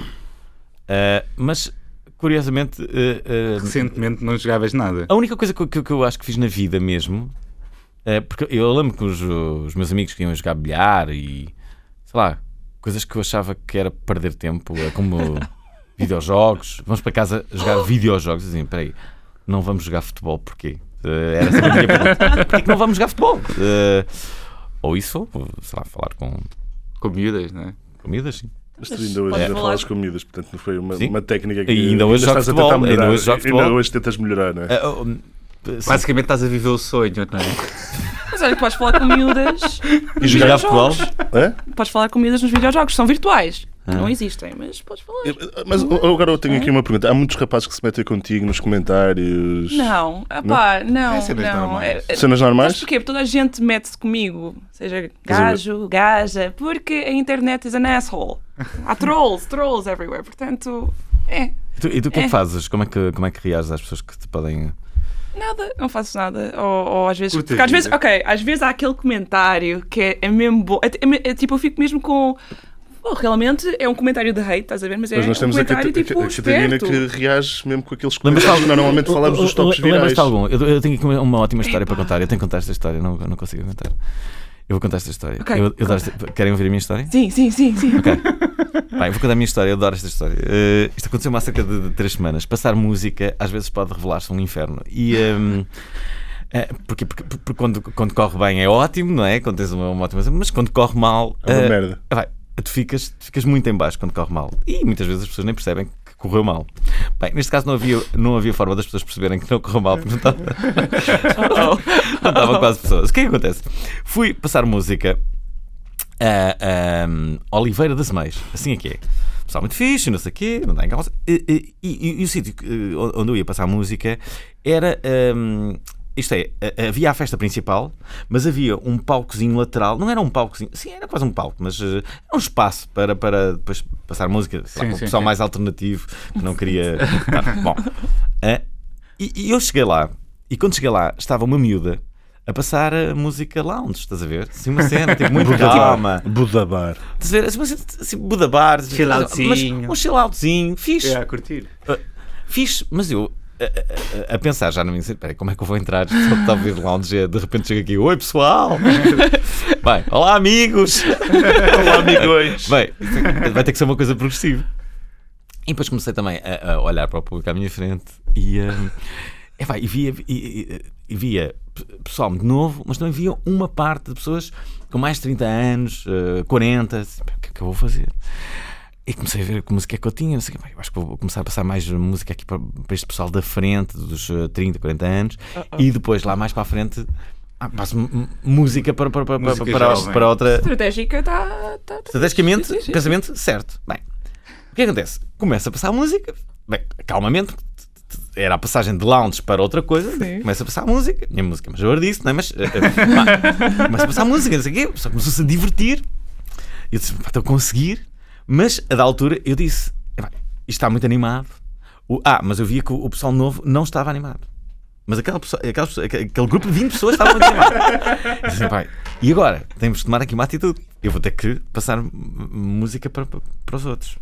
Speaker 1: Eh, mas, curiosamente, eh, eh,
Speaker 2: Recentemente não jogavas nada.
Speaker 1: a única coisa que, eu- que eu- que eu acho que fiz na vida mesmo. eh, porque eu lembro que os, os meus amigos que iam jogar bilhar e. sei lá. coisas que eu achava que era perder tempo. eh, como videojogos. Vamos para casa jogar videojogos. Assim, peraí, não vamos jogar futebol, porquê? Eh, era sempre a minha pergunta. Porquê que não vamos jogar futebol? Eh, ou isso, ou, sei lá, falar com
Speaker 2: Com miúdas, não é?
Speaker 1: comidas, sim.
Speaker 3: Mas tu ainda hoje
Speaker 5: Podes
Speaker 3: ainda
Speaker 5: falar.
Speaker 3: falas com miúdas, portanto não foi uma,
Speaker 1: Sim.
Speaker 3: uma técnica que
Speaker 1: E ainda hoje joga
Speaker 3: estás a tentar
Speaker 1: futebol, ainda
Speaker 3: melhorar.
Speaker 1: hoje joga
Speaker 3: Ainda
Speaker 1: futebol.
Speaker 3: hoje tentas melhorar, não é?
Speaker 1: Ah, oh, hum, sim.
Speaker 2: Basicamente estás a viver o sonho, não (laughs) é?
Speaker 5: Mas olha, que podes falar com miúdas.
Speaker 1: E
Speaker 5: nos
Speaker 1: jogar
Speaker 5: videojogos.
Speaker 1: futebol?
Speaker 3: Hã?
Speaker 5: Podes falar com miúdas nos videojogos, são virtuais. Não existem, mas podes falar.
Speaker 3: Mas agora eu tenho aqui uma pergunta. Há muitos rapazes que se metem contigo nos comentários.
Speaker 5: Não, ah pá, não.
Speaker 7: É cenas
Speaker 5: não.
Speaker 7: normais.
Speaker 5: É- é-
Speaker 3: Cenas
Speaker 6: Mas
Speaker 3: normais?
Speaker 6: porquê? Porque toda a gente mete-se comigo, seja gajo, gaja, porque a internet is an asshole. Há trolls, trolls everywhere, portanto, é,
Speaker 1: E tu, e tu o que é que
Speaker 6: É.
Speaker 1: fazes? Como é que, como é que reages às pessoas que te podem.
Speaker 6: nada, não faço nada. Ou, ou às vezes,
Speaker 7: Curta a
Speaker 6: porque às
Speaker 7: vida.
Speaker 6: vezes, ok, às vezes há aquele comentário que é, é mesmo bom, é, é- é tipo, eu fico mesmo com. "Oh, realmente é um comentário de hate, estás a ver? Mas é
Speaker 3: Mas nós
Speaker 6: um
Speaker 3: temos a, Cata-
Speaker 6: comentário tipo
Speaker 3: a Catarina
Speaker 6: esperto.
Speaker 3: que reage mesmo com aqueles
Speaker 1: Lembras-te
Speaker 3: comentários que
Speaker 1: algum-
Speaker 3: normalmente falamos dos tops virais.
Speaker 1: Lembras-te algum? Eu, eu tenho aqui uma, uma ótima história para contar. Eu tenho que contar esta história, não, eu não consigo contar. Eu vou contar esta história.
Speaker 6: Ok,
Speaker 1: Eu- eu adoro esta- Querem ouvir a minha história?
Speaker 6: Sim, sim, sim, sim.
Speaker 1: Pá, eu vou contar a minha história, eu adoro esta história. Eh, isto aconteceu há cerca de, de três semanas. Passar música às vezes pode revelar-se um inferno. E. ehm, (laughs) eh, porque porque, porque quando, quando corre bem é ótimo, não é? Quando tens uma, uma ótima. Mas quando corre mal.
Speaker 3: É uma
Speaker 1: eh,
Speaker 3: merda.
Speaker 1: Vai, tu ficas, tu ficas muito em baixo quando corre mal. E muitas vezes as pessoas nem percebem que correu mal. Bem, neste caso não havia, não havia forma das pessoas perceberem que não correu mal, porque não (laughs) estava, não estava quase pessoas. O que é que acontece? Fui passar música a, a Oliveira das Meias, assim é que é. Pessoal muito fixe, não sei o quê, não dá em causa. E, e- e- e o sítio que, eh, onde eu ia passar música era. ahm, isto é, a- havia a festa principal, mas havia um palcozinho lateral. Não era um palcozinho, sim, era quase um palco, mas eh, era um espaço para, para depois passar música. Sei lá,
Speaker 2: Sim,
Speaker 1: com o
Speaker 2: sim,
Speaker 1: pessoal
Speaker 2: sim.
Speaker 1: mais alternativo, que não
Speaker 2: (laughs)
Speaker 1: queria. Ah, Bom, ah, e, e eu cheguei lá, e quando cheguei lá, estava uma miúda a passar a música lounge, estás a ver? Assim, uma cena, tipo, muito calma.
Speaker 3: Budabar.
Speaker 1: Estás a ver? Assim, assim, assim, Buda Bar,
Speaker 2: Chill
Speaker 1: mas-
Speaker 2: outzinho.
Speaker 1: mas um chill outzinho, fixe,
Speaker 2: É,
Speaker 1: Uh,
Speaker 2: a curtir.
Speaker 1: fixe, mas eu a, a- a- a pensar já não me peraí, como é que eu vou entrar? Só que Talvez lounge, é, de repente chega aqui, oi pessoal, bem, olá amigos,
Speaker 3: Olá, amigões.
Speaker 1: bem, isso vai ter que ser uma coisa progressiva. E depois comecei também a, a olhar para o público à minha frente e, ah, epá, e via, e- e- e via p- pessoal de novo, mas também via uma parte de pessoas com mais de 30 anos, ah, 40, assim, "Pá, o que é que eu vou fazer? E comecei a ver que música é que eu tinha, não sei o quê, "Bem, eu acho que vou começar a passar mais música aqui para, para este pessoal da frente, dos ah, 30, 40 anos,
Speaker 7: Ah,
Speaker 1: e depois lá mais para a frente ah, passo m- m- música para, para, para,
Speaker 7: Música
Speaker 1: para- para-
Speaker 7: jovem.
Speaker 1: para outra,
Speaker 5: Estratégica está. Tá, tá.
Speaker 1: Estrategicamente, pensamento certo. Bem, o que acontece? Começa a passar a música, bem, calmamente, porque t- t- era a passagem de lounge para outra coisa, começa a passar a música, minha música é mais disso, não é? Mas eh, eh, pá, começa a passar a música, não sei o quê, só começou-se a divertir. E Eu disse, pá, estou a conseguir, mas a da altura eu disse, "Epá, isto está muito animado. O- ah, mas eu via que o, o pessoal novo não estava animado. Mas aquela pessoa, aquela pessoa- aquele, aquele grupo de 20 pessoas estava muito animado. Eu disse, "Epá, e agora? Temos de tomar aqui uma atitude. Eu vou ter que passar m- m- música para, para, para os outros.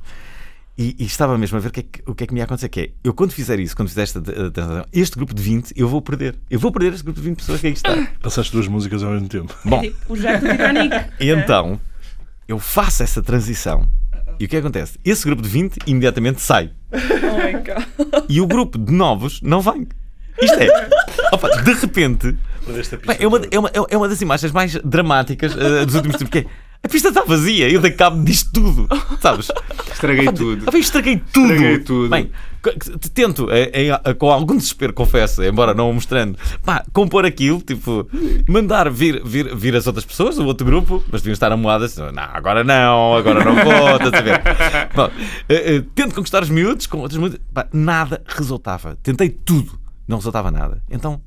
Speaker 1: E, e estava mesmo a ver o que, é que, o que é que me ia acontecer. Que é, eu quando fizer isso, quando fizer esta eh, transação, este grupo de 20, eu vou perder. Eu vou perder este grupo de 20 pessoas que aí está.
Speaker 3: Passaste duas músicas ao
Speaker 6: (laughs)
Speaker 3: mesmo tempo.
Speaker 1: Bom,
Speaker 5: Tipo, o Jack do Titanic.
Speaker 1: e então eu faço essa transição. E o que é que acontece? Esse grupo de 20 imediatamente sai.
Speaker 6: Oh my God.
Speaker 1: E o grupo de novos não vem. Isto é, opa, de repente, Bem, é, uma, é, uma, é uma das imagens mais dramáticas eh, dos últimos tempos, que é a pista está vazia, eu dei cabo disto tudo, sabes?
Speaker 7: Estraguei tudo.
Speaker 1: Ah, bem, estraguei tudo.
Speaker 7: Estraguei tudo.
Speaker 1: Bem, co- te- tento, eh, eh, com algum desespero, confesso, embora não o mostrando, pá, compor aquilo, tipo, mandar vir, vir, vir as outras pessoas, o outro grupo, mas deviam estar amoadas, não, agora não, agora não vou, (laughs) estás a ver? Bom, eh, eh, tento conquistar os miúdos com outros miúdos, pá, nada resultava. Tentei tudo, não resultava nada. Então.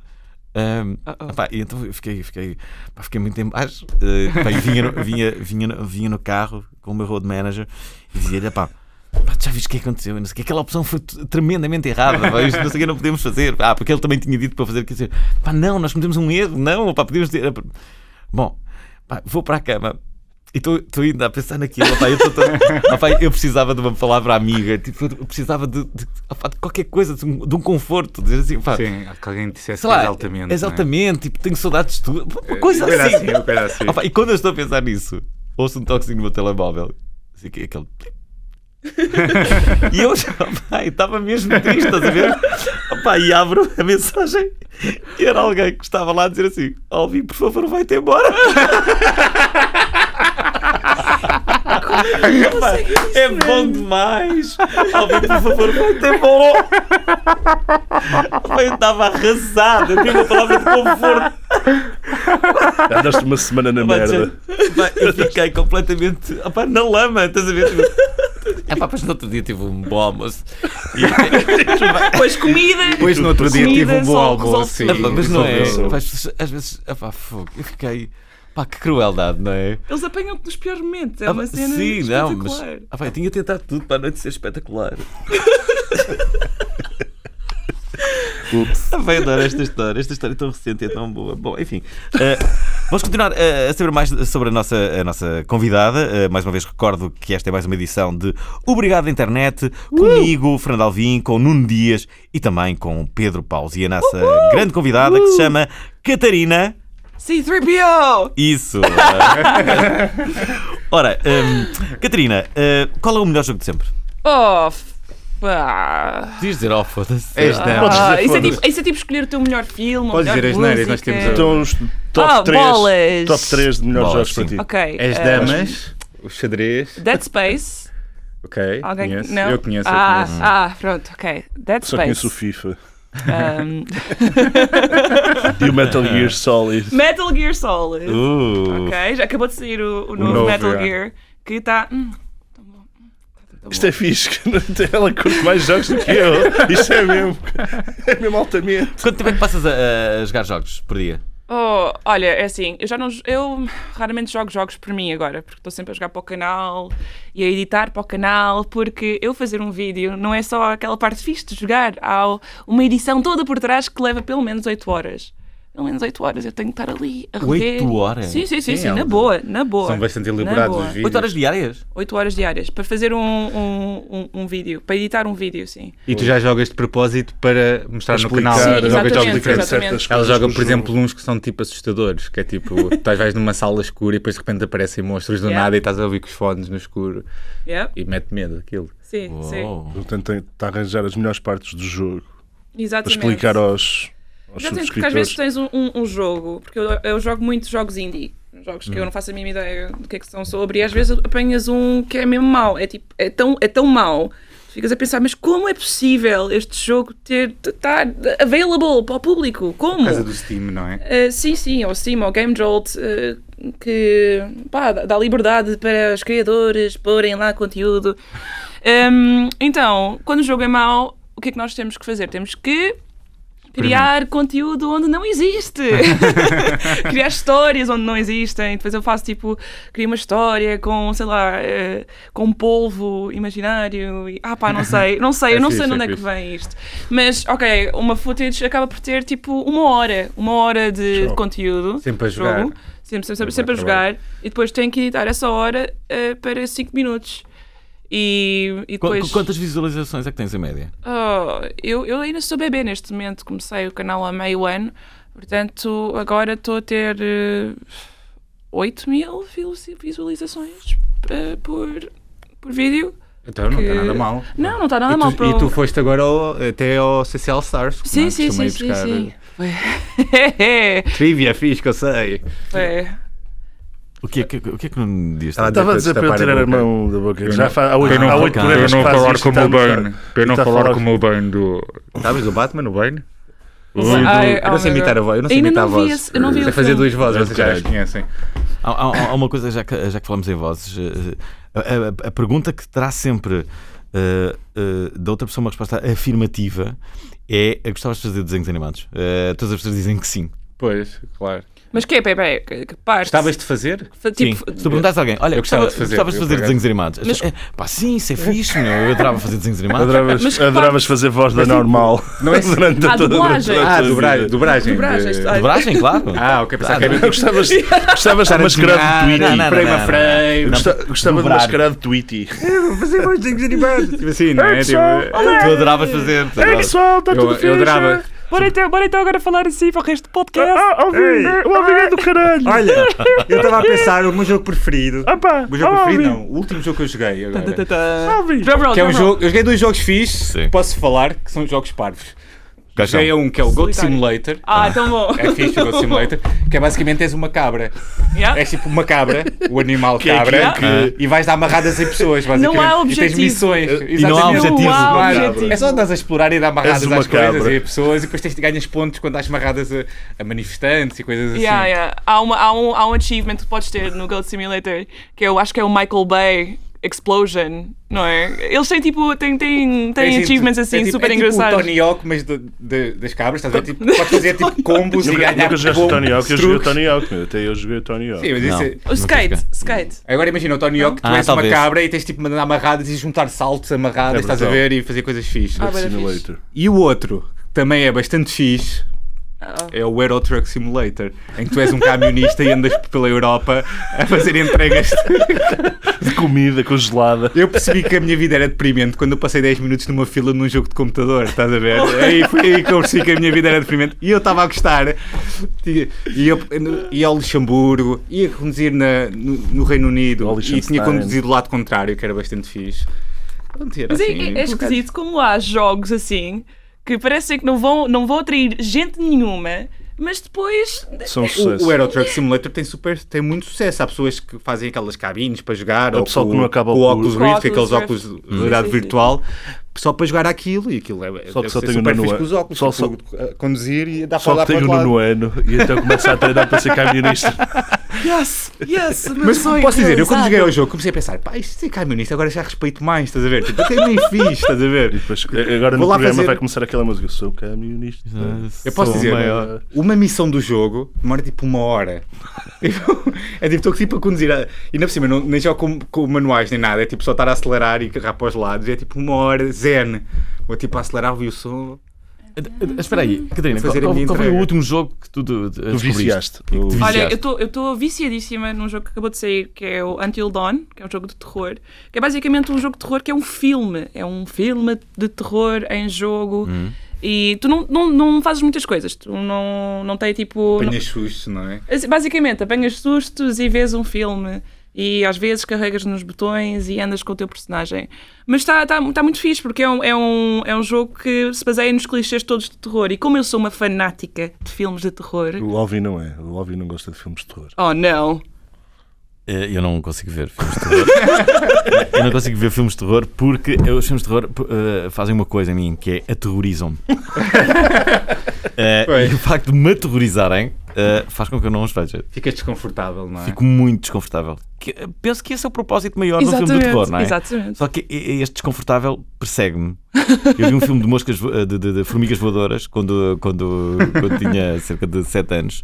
Speaker 1: ahm, pá, e então eu fiquei, fiquei, pá, fiquei muito em baixo. eh, pá, e vinha, no- vinha, vinha, no- vinha no carro com o meu road manager e dizia-lhe: pá, Pá, tu já viste o que aconteceu? e Não sei o quê. Aquela opção foi t- tremendamente errada. pá, Isto não sei o que não podemos fazer. Ah, porque ele também tinha dito para fazer. Quer dizer, pá, não, nós cometemos um erro. Não, pá, podíamos ter. eh, Bom, pá, vou para a cama. E estou estou ainda a pensar naquilo. Pá, eu, estou tão- Ah, (laughs) pá, eu precisava de uma palavra amiga. Tipo, eu precisava de, de- ah, pá, de qualquer coisa, de um, de um conforto. Dizer assim, pá,
Speaker 2: Sim, que alguém dissesse
Speaker 1: sei lá,
Speaker 8: é?
Speaker 2: exatamente.
Speaker 1: exatamente, tipo, tenho saudades de tu. Uma coisa
Speaker 2: Era
Speaker 1: assim.
Speaker 2: assim,
Speaker 8: um
Speaker 2: uma coisa assim.
Speaker 1: Ah, pá, e quando eu estou a pensar nisso, ouço um toquezinho no meu telemóvel. Assim, que- aquele. (laughs) plip. e eu já, pá, estava mesmo triste, estás a ver? Ah, pá, e abro a mensagem e era alguém que estava lá a dizer assim: Alvin, por favor, vai-te embora. É bom demais! Alguém, por favor, voltem para o- Eu estava arrasado, eu tive uma palavra de conforto.
Speaker 3: Andaste uma semana na
Speaker 1: Pá,
Speaker 3: merda.
Speaker 1: já- pá, Eu fiquei completamente opá, na lama, estás a ver? É pá, pois no outro dia tive um bom almoço. (laughs) E-
Speaker 5: Depois comida.
Speaker 8: Depois no outro dia
Speaker 5: Comida
Speaker 8: tive um bom
Speaker 5: só
Speaker 8: almoço.
Speaker 5: resolve
Speaker 8: sim.
Speaker 1: Epá, mas não é.
Speaker 3: resolveu.
Speaker 1: pá, as pessoas, às vezes, epá, fogo, eu fiquei. Pá, que crueldade, não é?
Speaker 5: Eles apanham-te nos piores momentos. É
Speaker 1: Ah,
Speaker 5: uma cena
Speaker 1: sim, não, mas.
Speaker 5: espetacular.
Speaker 1: Ah, pá, eu tinha tentado tudo para a noite ser (laughs) espetacular. Ah, vai adorar esta história. Esta história é tão recente e é tão boa. Bom, enfim. eh, vamos continuar eh, a saber mais sobre a nossa, a nossa convidada. Eh, mais uma vez recordo que esta é mais uma edição de Obrigado Internet, comigo, Fernando Alvim, com Nuno Dias e também com Pedro Paus e a nossa grande convidada que se chama Catarina.
Speaker 6: C3PO!
Speaker 1: Isso! eh. Ora, hum, Catarina, eh, qual é o melhor jogo de sempre?
Speaker 6: Oh, f- pá.
Speaker 1: Diz dizer, oh, foda-se.
Speaker 8: És
Speaker 3: Podes
Speaker 8: não.
Speaker 3: dizer,
Speaker 6: Ah, isso, é
Speaker 3: foda-se.
Speaker 6: tipo, isso é tipo escolher o teu melhor filme,
Speaker 8: Podes
Speaker 6: ou melhor
Speaker 8: dizer as neiras, nós
Speaker 6: música.
Speaker 8: temos a-
Speaker 3: Então, os top
Speaker 6: Ah,
Speaker 3: 3,
Speaker 6: bolas.
Speaker 3: top 3 de melhores
Speaker 1: Bolas,
Speaker 3: jogos para
Speaker 1: sim.
Speaker 3: ti.
Speaker 6: Ok.
Speaker 8: As
Speaker 5: é,
Speaker 6: eh,
Speaker 8: damas, o xadrez.
Speaker 6: Dead Space.
Speaker 8: Ok,
Speaker 6: Alguém
Speaker 8: conheço.
Speaker 6: não?
Speaker 8: Eu conheço,
Speaker 6: ah,
Speaker 8: eu conheço.
Speaker 6: Ah, pronto, ok. Dead Space.
Speaker 3: Só
Speaker 6: um,
Speaker 3: conheço o FIFA. (laughs)
Speaker 6: Ahm,
Speaker 3: E o Metal Gear Solid.
Speaker 5: Metal Gear Solid.
Speaker 8: (laughs)
Speaker 1: Uh,
Speaker 5: Ok, já acabou de sair o, o novo,
Speaker 8: novo,
Speaker 5: Metal
Speaker 8: é.
Speaker 5: Gear. Que
Speaker 6: tá,
Speaker 5: está. Hum,
Speaker 3: Isto é fixe, que não tem- ela curte mais jogos do que eu. Isto é mesmo. É mesmo altamente.
Speaker 1: Quanto tempo é que passas a, a jogar jogos por dia?
Speaker 5: Oh, olha, é assim, eu já não. jo- Eu raramente jogo jogos por mim agora, porque estou sempre a jogar para o canal e a editar para o canal, porque eu fazer um vídeo não é só aquela parte fixe de jogar, há o- uma edição toda por trás que leva pelo menos 8 horas. Pelo menos 8 horas, eu tenho que estar ali a rever.
Speaker 1: Oito horas?
Speaker 5: Sim, sim, sim,
Speaker 8: Sim,
Speaker 5: sim,
Speaker 8: é
Speaker 5: na
Speaker 8: um-
Speaker 5: boa, na boa.
Speaker 8: São bastante
Speaker 5: na
Speaker 8: elaborados
Speaker 5: boa.
Speaker 8: os vídeos.
Speaker 1: 8 horas diárias?
Speaker 5: 8 horas diárias para fazer um, um, um, um vídeo, para editar um vídeo, sim.
Speaker 8: E tu já jogas de propósito para mostrar no
Speaker 3: Sim,
Speaker 8: canal. jogas jogos
Speaker 5: exatamente,
Speaker 8: diferentes.
Speaker 5: exatamente.
Speaker 8: Ela
Speaker 3: coisas
Speaker 8: joga,
Speaker 3: do
Speaker 8: por
Speaker 3: jogo.
Speaker 8: exemplo, uns que são tipo assustadores, que é tipo, estás vais numa sala escura e depois de repente aparecem monstros do
Speaker 5: Yeah.
Speaker 8: nada e estás a ouvir com os fones no escuro
Speaker 5: Yeah,
Speaker 8: e mete medo aquilo.
Speaker 5: sim, sim.
Speaker 1: Uou.
Speaker 3: Portanto, tem- está a arranjar as melhores partes do jogo. Para
Speaker 5: Exatamente.
Speaker 3: explicar aos, aos
Speaker 5: Já tens, porque às vezes
Speaker 3: subscritores.
Speaker 5: tens um, um- um jogo, porque eu, eu jogo muito jogos indie, jogos que eu não faço a mínima ideia do que é que são sobre, e às vezes apanhas um que é mesmo mau, é tipo, é tão, é tão mau, tu ficas a pensar, mas como é possível este jogo ter, estar available para o público? Como?
Speaker 8: Casa do Steam, não é?
Speaker 5: Uh, sim, sim, ou sim, ou Game Jolt, uh, que pá, dá dá liberdade para os criadores porem lá conteúdo. Um, então, quando o jogo é mau, o que é que nós temos que fazer? Temos que criar conteúdo onde não
Speaker 8: (laughs)
Speaker 5: existe. criar histórias onde não existem. Depois eu faço tipo, crio uma história com, sei lá, eh, com um polvo imaginário e ah pá, não sei, não sei,
Speaker 8: (laughs) É
Speaker 5: eu não
Speaker 8: fixe,
Speaker 5: sei de
Speaker 8: é
Speaker 5: onde é que
Speaker 8: fixe.
Speaker 5: vem isto. Mas ok, uma footage acaba por ter tipo uma hora, uma hora de
Speaker 3: Jogo.
Speaker 5: conteúdo.
Speaker 8: Sempre a
Speaker 5: jogo.
Speaker 8: jogar.
Speaker 5: Sempre, sempre,
Speaker 8: bom
Speaker 5: sempre, sempre a
Speaker 8: trabalho.
Speaker 5: jogar. E depois tenho que editar essa hora eh, para 5 minutos. E, e
Speaker 1: Qu-
Speaker 5: depois.
Speaker 1: Quantas visualizações é que tens em média?
Speaker 5: Oh, eu, eu ainda sou bebê neste momento, comecei o canal há meio ano, portanto agora estou a ter eh, 8 mil visu- visualizações eh, por, por vídeo.
Speaker 8: Então não
Speaker 5: Que-
Speaker 8: está nada mal.
Speaker 5: Não, é não está
Speaker 8: E
Speaker 5: Eh, nada
Speaker 8: tu,
Speaker 5: mal para um-
Speaker 8: e
Speaker 5: o-
Speaker 8: tu foste agora ao- até ao CCL Stars.
Speaker 5: Sim,
Speaker 8: não é?
Speaker 5: sim, sim,
Speaker 8: Costuma ir
Speaker 5: sim,
Speaker 8: buscar,
Speaker 5: sim.
Speaker 8: eh,
Speaker 5: Foi- (laughs)
Speaker 8: Trivia fixe, que eu sei.
Speaker 5: foi.
Speaker 1: O que é que, o que, é que não diz?
Speaker 8: Ah,
Speaker 3: Estava a dizer para eu tirar a
Speaker 8: boca.
Speaker 3: mão da boca.
Speaker 8: Eu
Speaker 3: Já
Speaker 8: não-
Speaker 3: fa- há oito
Speaker 8: eu não
Speaker 3: há
Speaker 8: vou
Speaker 3: oito
Speaker 8: cá.
Speaker 3: programas
Speaker 8: Eu não
Speaker 3: que fazem
Speaker 8: falar
Speaker 3: isto,
Speaker 8: como o
Speaker 3: estamos-
Speaker 8: Bane. Para eu não
Speaker 3: está a
Speaker 8: falar
Speaker 3: falar-
Speaker 8: como o Bane do. Sabes o Batman, o Bane? O
Speaker 5: Sim.
Speaker 8: do-
Speaker 5: Ai,
Speaker 8: eu
Speaker 5: oh
Speaker 8: não sei
Speaker 5: meu
Speaker 8: imitar a
Speaker 5: Deus.
Speaker 8: voz, eu não sei
Speaker 5: Ainda
Speaker 8: imitar
Speaker 5: não
Speaker 8: a
Speaker 5: vi
Speaker 8: voz.
Speaker 5: esse- eu não vi
Speaker 8: sei
Speaker 5: o
Speaker 8: fazer
Speaker 5: filme.
Speaker 8: duas vozes,
Speaker 1: Mas
Speaker 8: vocês já as
Speaker 1: caralho.
Speaker 8: conhecem.
Speaker 1: Há, há- há uma coisa, já que, já que falamos em vozes, eh, a, a- a pergunta que terá sempre eh, eh, da outra pessoa uma resposta afirmativa é: gostavas de fazer desenhos animados? Eh, todas as pessoas dizem que sim.
Speaker 8: Pois, claro.
Speaker 5: Mas que é, peraí, que que parte?
Speaker 8: Gostavas de fazer?
Speaker 5: Fa-
Speaker 1: sim.
Speaker 5: tipo,
Speaker 1: Se tu perguntasses a alguém, olha,
Speaker 8: eu
Speaker 1: gostava,
Speaker 8: gostava
Speaker 1: gostavas
Speaker 8: de fazer,
Speaker 1: de
Speaker 8: eu
Speaker 1: fazer
Speaker 8: por acaso.
Speaker 1: desenhos animados. As pessoas, "É, pá, sim, isso é fixe, meu. Eu adorava fazer desenhos animados.
Speaker 3: Adoravas,
Speaker 5: Mas que
Speaker 3: adoravas fazer voz da normal.
Speaker 8: (laughs) Não é-
Speaker 3: durante
Speaker 5: Ah, dublagem.
Speaker 3: durante a
Speaker 8: Ah,
Speaker 3: tua
Speaker 8: dobragem.
Speaker 3: vida.
Speaker 8: Dobragem.
Speaker 5: Dobragem,
Speaker 8: de-
Speaker 5: está-
Speaker 1: Dobragem, claro.
Speaker 8: Ah, ok, pensava que era tipo
Speaker 3: Gostavas,
Speaker 5: (laughs)
Speaker 3: gostavas de mascarar
Speaker 1: Não,
Speaker 3: de
Speaker 1: não, não,
Speaker 3: Tweety.
Speaker 8: frame a
Speaker 1: não.
Speaker 8: frame.
Speaker 3: Gosta- Gostava de
Speaker 1: Dobrar.
Speaker 3: mascarar de Tweety.
Speaker 8: fazer mais desenhos animados. Tipo assim, não é? Tipo,
Speaker 1: Tu adoravas fazer. tu adoravas.
Speaker 3: está
Speaker 8: eu, eu
Speaker 3: é?
Speaker 8: adorava.
Speaker 6: Bora então, bora então agora falar assim para o resto do podcast.
Speaker 3: Ah, O Alvinho do caralho.
Speaker 8: Olha,
Speaker 3: (laughs)
Speaker 8: eu estava a pensar o meu jogo preferido.
Speaker 3: Opa,
Speaker 8: O meu jogo preferido não, o último jogo que eu joguei agora.
Speaker 3: Ah,
Speaker 5: Drum roll,
Speaker 8: Que é
Speaker 5: drum
Speaker 8: um
Speaker 5: roll.
Speaker 8: jogo, eu joguei dois jogos fixes,
Speaker 1: Sim.
Speaker 8: posso falar, que são jogos parvos.
Speaker 1: Quais são?
Speaker 2: Joguei a um que é o Goat
Speaker 6: Solitário.
Speaker 2: Simulator.
Speaker 5: Ah, então bom.
Speaker 2: É fixe o Goat
Speaker 6: (laughs)
Speaker 5: (laughs)
Speaker 2: Simulator. Que é basicamente és uma cabra.
Speaker 5: Yeah.
Speaker 8: É
Speaker 2: És tipo uma cabra, o animal
Speaker 3: Que é
Speaker 2: cabra,
Speaker 3: aquilo
Speaker 2: e vais dar amarradas em pessoas, basicamente.
Speaker 5: há
Speaker 2: E tens
Speaker 5: objetivo.
Speaker 2: missões.
Speaker 1: E não há
Speaker 2: Exatamente.
Speaker 1: objetivo.
Speaker 5: Não há
Speaker 2: Claro.
Speaker 5: objetivo.
Speaker 2: É só andas a explorar e dar amarradas
Speaker 3: És uma
Speaker 2: às coisas
Speaker 3: cabra.
Speaker 2: e a pessoas e depois tens de ganhas pontos quando dás amarradas a, a manifestantes e coisas assim.
Speaker 5: Yeah, yeah. Há, uma, há, um, há um achievement que podes ter no Goat Simulator que eu acho que é o Michael Bay Explosion, não é? Eles têm tipo, têm, têm,
Speaker 2: É
Speaker 5: têm
Speaker 2: assim,
Speaker 5: achievements
Speaker 2: é
Speaker 5: assim
Speaker 2: tipo-
Speaker 5: super
Speaker 2: é tipo
Speaker 5: engraçados.
Speaker 2: o Tony Hawk, mas de- de- das cabras, estás a ver?
Speaker 5: (laughs)
Speaker 2: Tipo, podes fazer tipo combos e
Speaker 3: Nunca,
Speaker 2: ganhar
Speaker 3: nunca jogaste o
Speaker 2: bom-
Speaker 3: Tony Hawk, eu joguei o
Speaker 2: truques.
Speaker 3: Tony Hawk, meu. até eu joguei o Tony
Speaker 2: Sim,
Speaker 3: Hawk.
Speaker 2: mas isso
Speaker 1: Não.
Speaker 2: é-
Speaker 5: O skate,
Speaker 1: Nunca
Speaker 5: skate.
Speaker 2: Agora imagina o Tony Hawk, tu
Speaker 1: Ah,
Speaker 2: és
Speaker 1: talvez.
Speaker 2: uma cabra e tens tipo de mandar amarradas e juntar saltos amarradas,
Speaker 3: É
Speaker 2: estás a
Speaker 3: brutal.
Speaker 2: ver, e fazer coisas fixe.
Speaker 5: Ah, bem.
Speaker 3: Simulator.
Speaker 2: E o outro, que também é bastante fixe,
Speaker 5: Ah.
Speaker 2: é o Euro Truck Simulator, em que tu és um camionista e andas pela Europa a fazer entregas.
Speaker 3: De comida congelada.
Speaker 2: Eu percebi que a minha vida era deprimente quando eu passei 10 minutos numa fila num jogo de computador, estás a ver? Aí foi aí que eu percebi que a minha vida era deprimente e eu estava a gostar. E, e eu ia ao Luxemburgo, ia conduzir na- no, no Reino
Speaker 3: Ao
Speaker 2: Unido e
Speaker 3: Liechtenstein.
Speaker 2: tinha conduzido do lado contrário, que era bastante fixe. Pronto, era
Speaker 5: Mas é,
Speaker 2: assim,
Speaker 5: é- é esquisito como há jogos assim que parecem que não vão, não vão atrair gente nenhuma, mas depois.
Speaker 3: São um sucesso.
Speaker 2: O, o Euro Truck Simulator tem, super, tem muito sucesso. Há pessoas que fazem aquelas cabines para jogar,
Speaker 3: O
Speaker 2: ou
Speaker 3: pessoal
Speaker 2: com,
Speaker 3: que não acaba
Speaker 2: com
Speaker 3: o
Speaker 2: o óculos
Speaker 3: curso.
Speaker 2: Rift,
Speaker 5: Com
Speaker 2: aqueles
Speaker 5: óculos
Speaker 2: óculos
Speaker 5: Rift.
Speaker 2: de realidade
Speaker 5: Sim, sim, sim.
Speaker 2: virtual, só para jogar aquilo. E aquilo é,
Speaker 3: Só que
Speaker 2: é
Speaker 3: só tem o
Speaker 2: super
Speaker 3: Nuno
Speaker 2: fixe
Speaker 3: A-
Speaker 2: com os óculos,
Speaker 3: só- só-
Speaker 2: tipo, a conduzir e dá para
Speaker 3: Só
Speaker 2: lá
Speaker 3: que
Speaker 2: para
Speaker 3: tenho
Speaker 2: o
Speaker 3: o
Speaker 2: outro lado.
Speaker 3: nono ano e então começo a treinar para ser (laughs) camionista.
Speaker 6: Yes,
Speaker 5: (laughs)
Speaker 6: yes, o meu
Speaker 2: Mas
Speaker 6: sonho
Speaker 2: posso dizer, eu quando
Speaker 6: realizado.
Speaker 2: joguei ao jogo comecei a pensar, pá, isto é camionista, agora já respeito mais, estás a ver? Tipo, até nem fiz, estás a
Speaker 3: E (laughs)
Speaker 2: ver?
Speaker 3: depois, eh, agora no
Speaker 2: Vou lá
Speaker 3: programa
Speaker 2: fazer-
Speaker 3: vai começar aquela música. Sou camionista.
Speaker 2: Eu posso
Speaker 1: Sou
Speaker 2: dizer,
Speaker 1: o maior.
Speaker 2: uma missão do jogo demora tipo uma hora. (laughs) Tipo, é tipo, estou tipo a conduzir. a- E na por cima, não, nem jogo com, com manuais nem nada, é tipo só estar a acelerar e carrar para os lados. E é tipo uma hora, zen. Ou tipo a acelerar, ouvi o som.
Speaker 1: Espera aí, Catarina, qual,
Speaker 2: Fazer a
Speaker 1: qual-
Speaker 2: minha
Speaker 1: qual foi o
Speaker 2: entrega.
Speaker 1: último jogo que tu, tu,
Speaker 3: Tu viciaste. O-
Speaker 5: Olha, eu estou viciadíssima num jogo que acabou de sair, que é o Until Dawn, que é um jogo de terror, que é basicamente um jogo de terror que é um filme. É um filme de terror em jogo. E tu não, não, não fazes muitas coisas. Tu não, não tem tipo. não-
Speaker 2: Apanhas susto, não é?
Speaker 5: Assim, Basicamente, apanhas sustos e vês um filme. E às vezes carregas nos botões e andas com o teu personagem. Mas está tá, tá muito fixe, porque é um, é, um, é um jogo que se baseia nos clichês todos de terror. E como eu sou uma fanática de filmes de terror.
Speaker 3: O Alvin não é. O Alvin não gosta de filmes de terror.
Speaker 5: Oh, não!
Speaker 1: Eh, Eu não consigo ver filmes de terror.
Speaker 2: (laughs)
Speaker 1: eu não consigo ver filmes de terror porque eh, os filmes de terror p- eh, fazem uma coisa a mim que é
Speaker 2: (laughs)
Speaker 1: aterrorizam-me. Eh,
Speaker 2: Pois.
Speaker 1: e o facto de me aterrorizarem eh, faz com que eu não os veja.
Speaker 2: Ficas desconfortável, não é?
Speaker 1: Fico muito desconfortável. Que- penso que esse é o propósito maior do filme de terror, não é?
Speaker 5: exatamente.
Speaker 1: Só que e- este desconfortável persegue-me. Eu vi um filme de moscas vo- de, de- de formigas voadoras quando, quando, quando tinha cerca de 7 anos.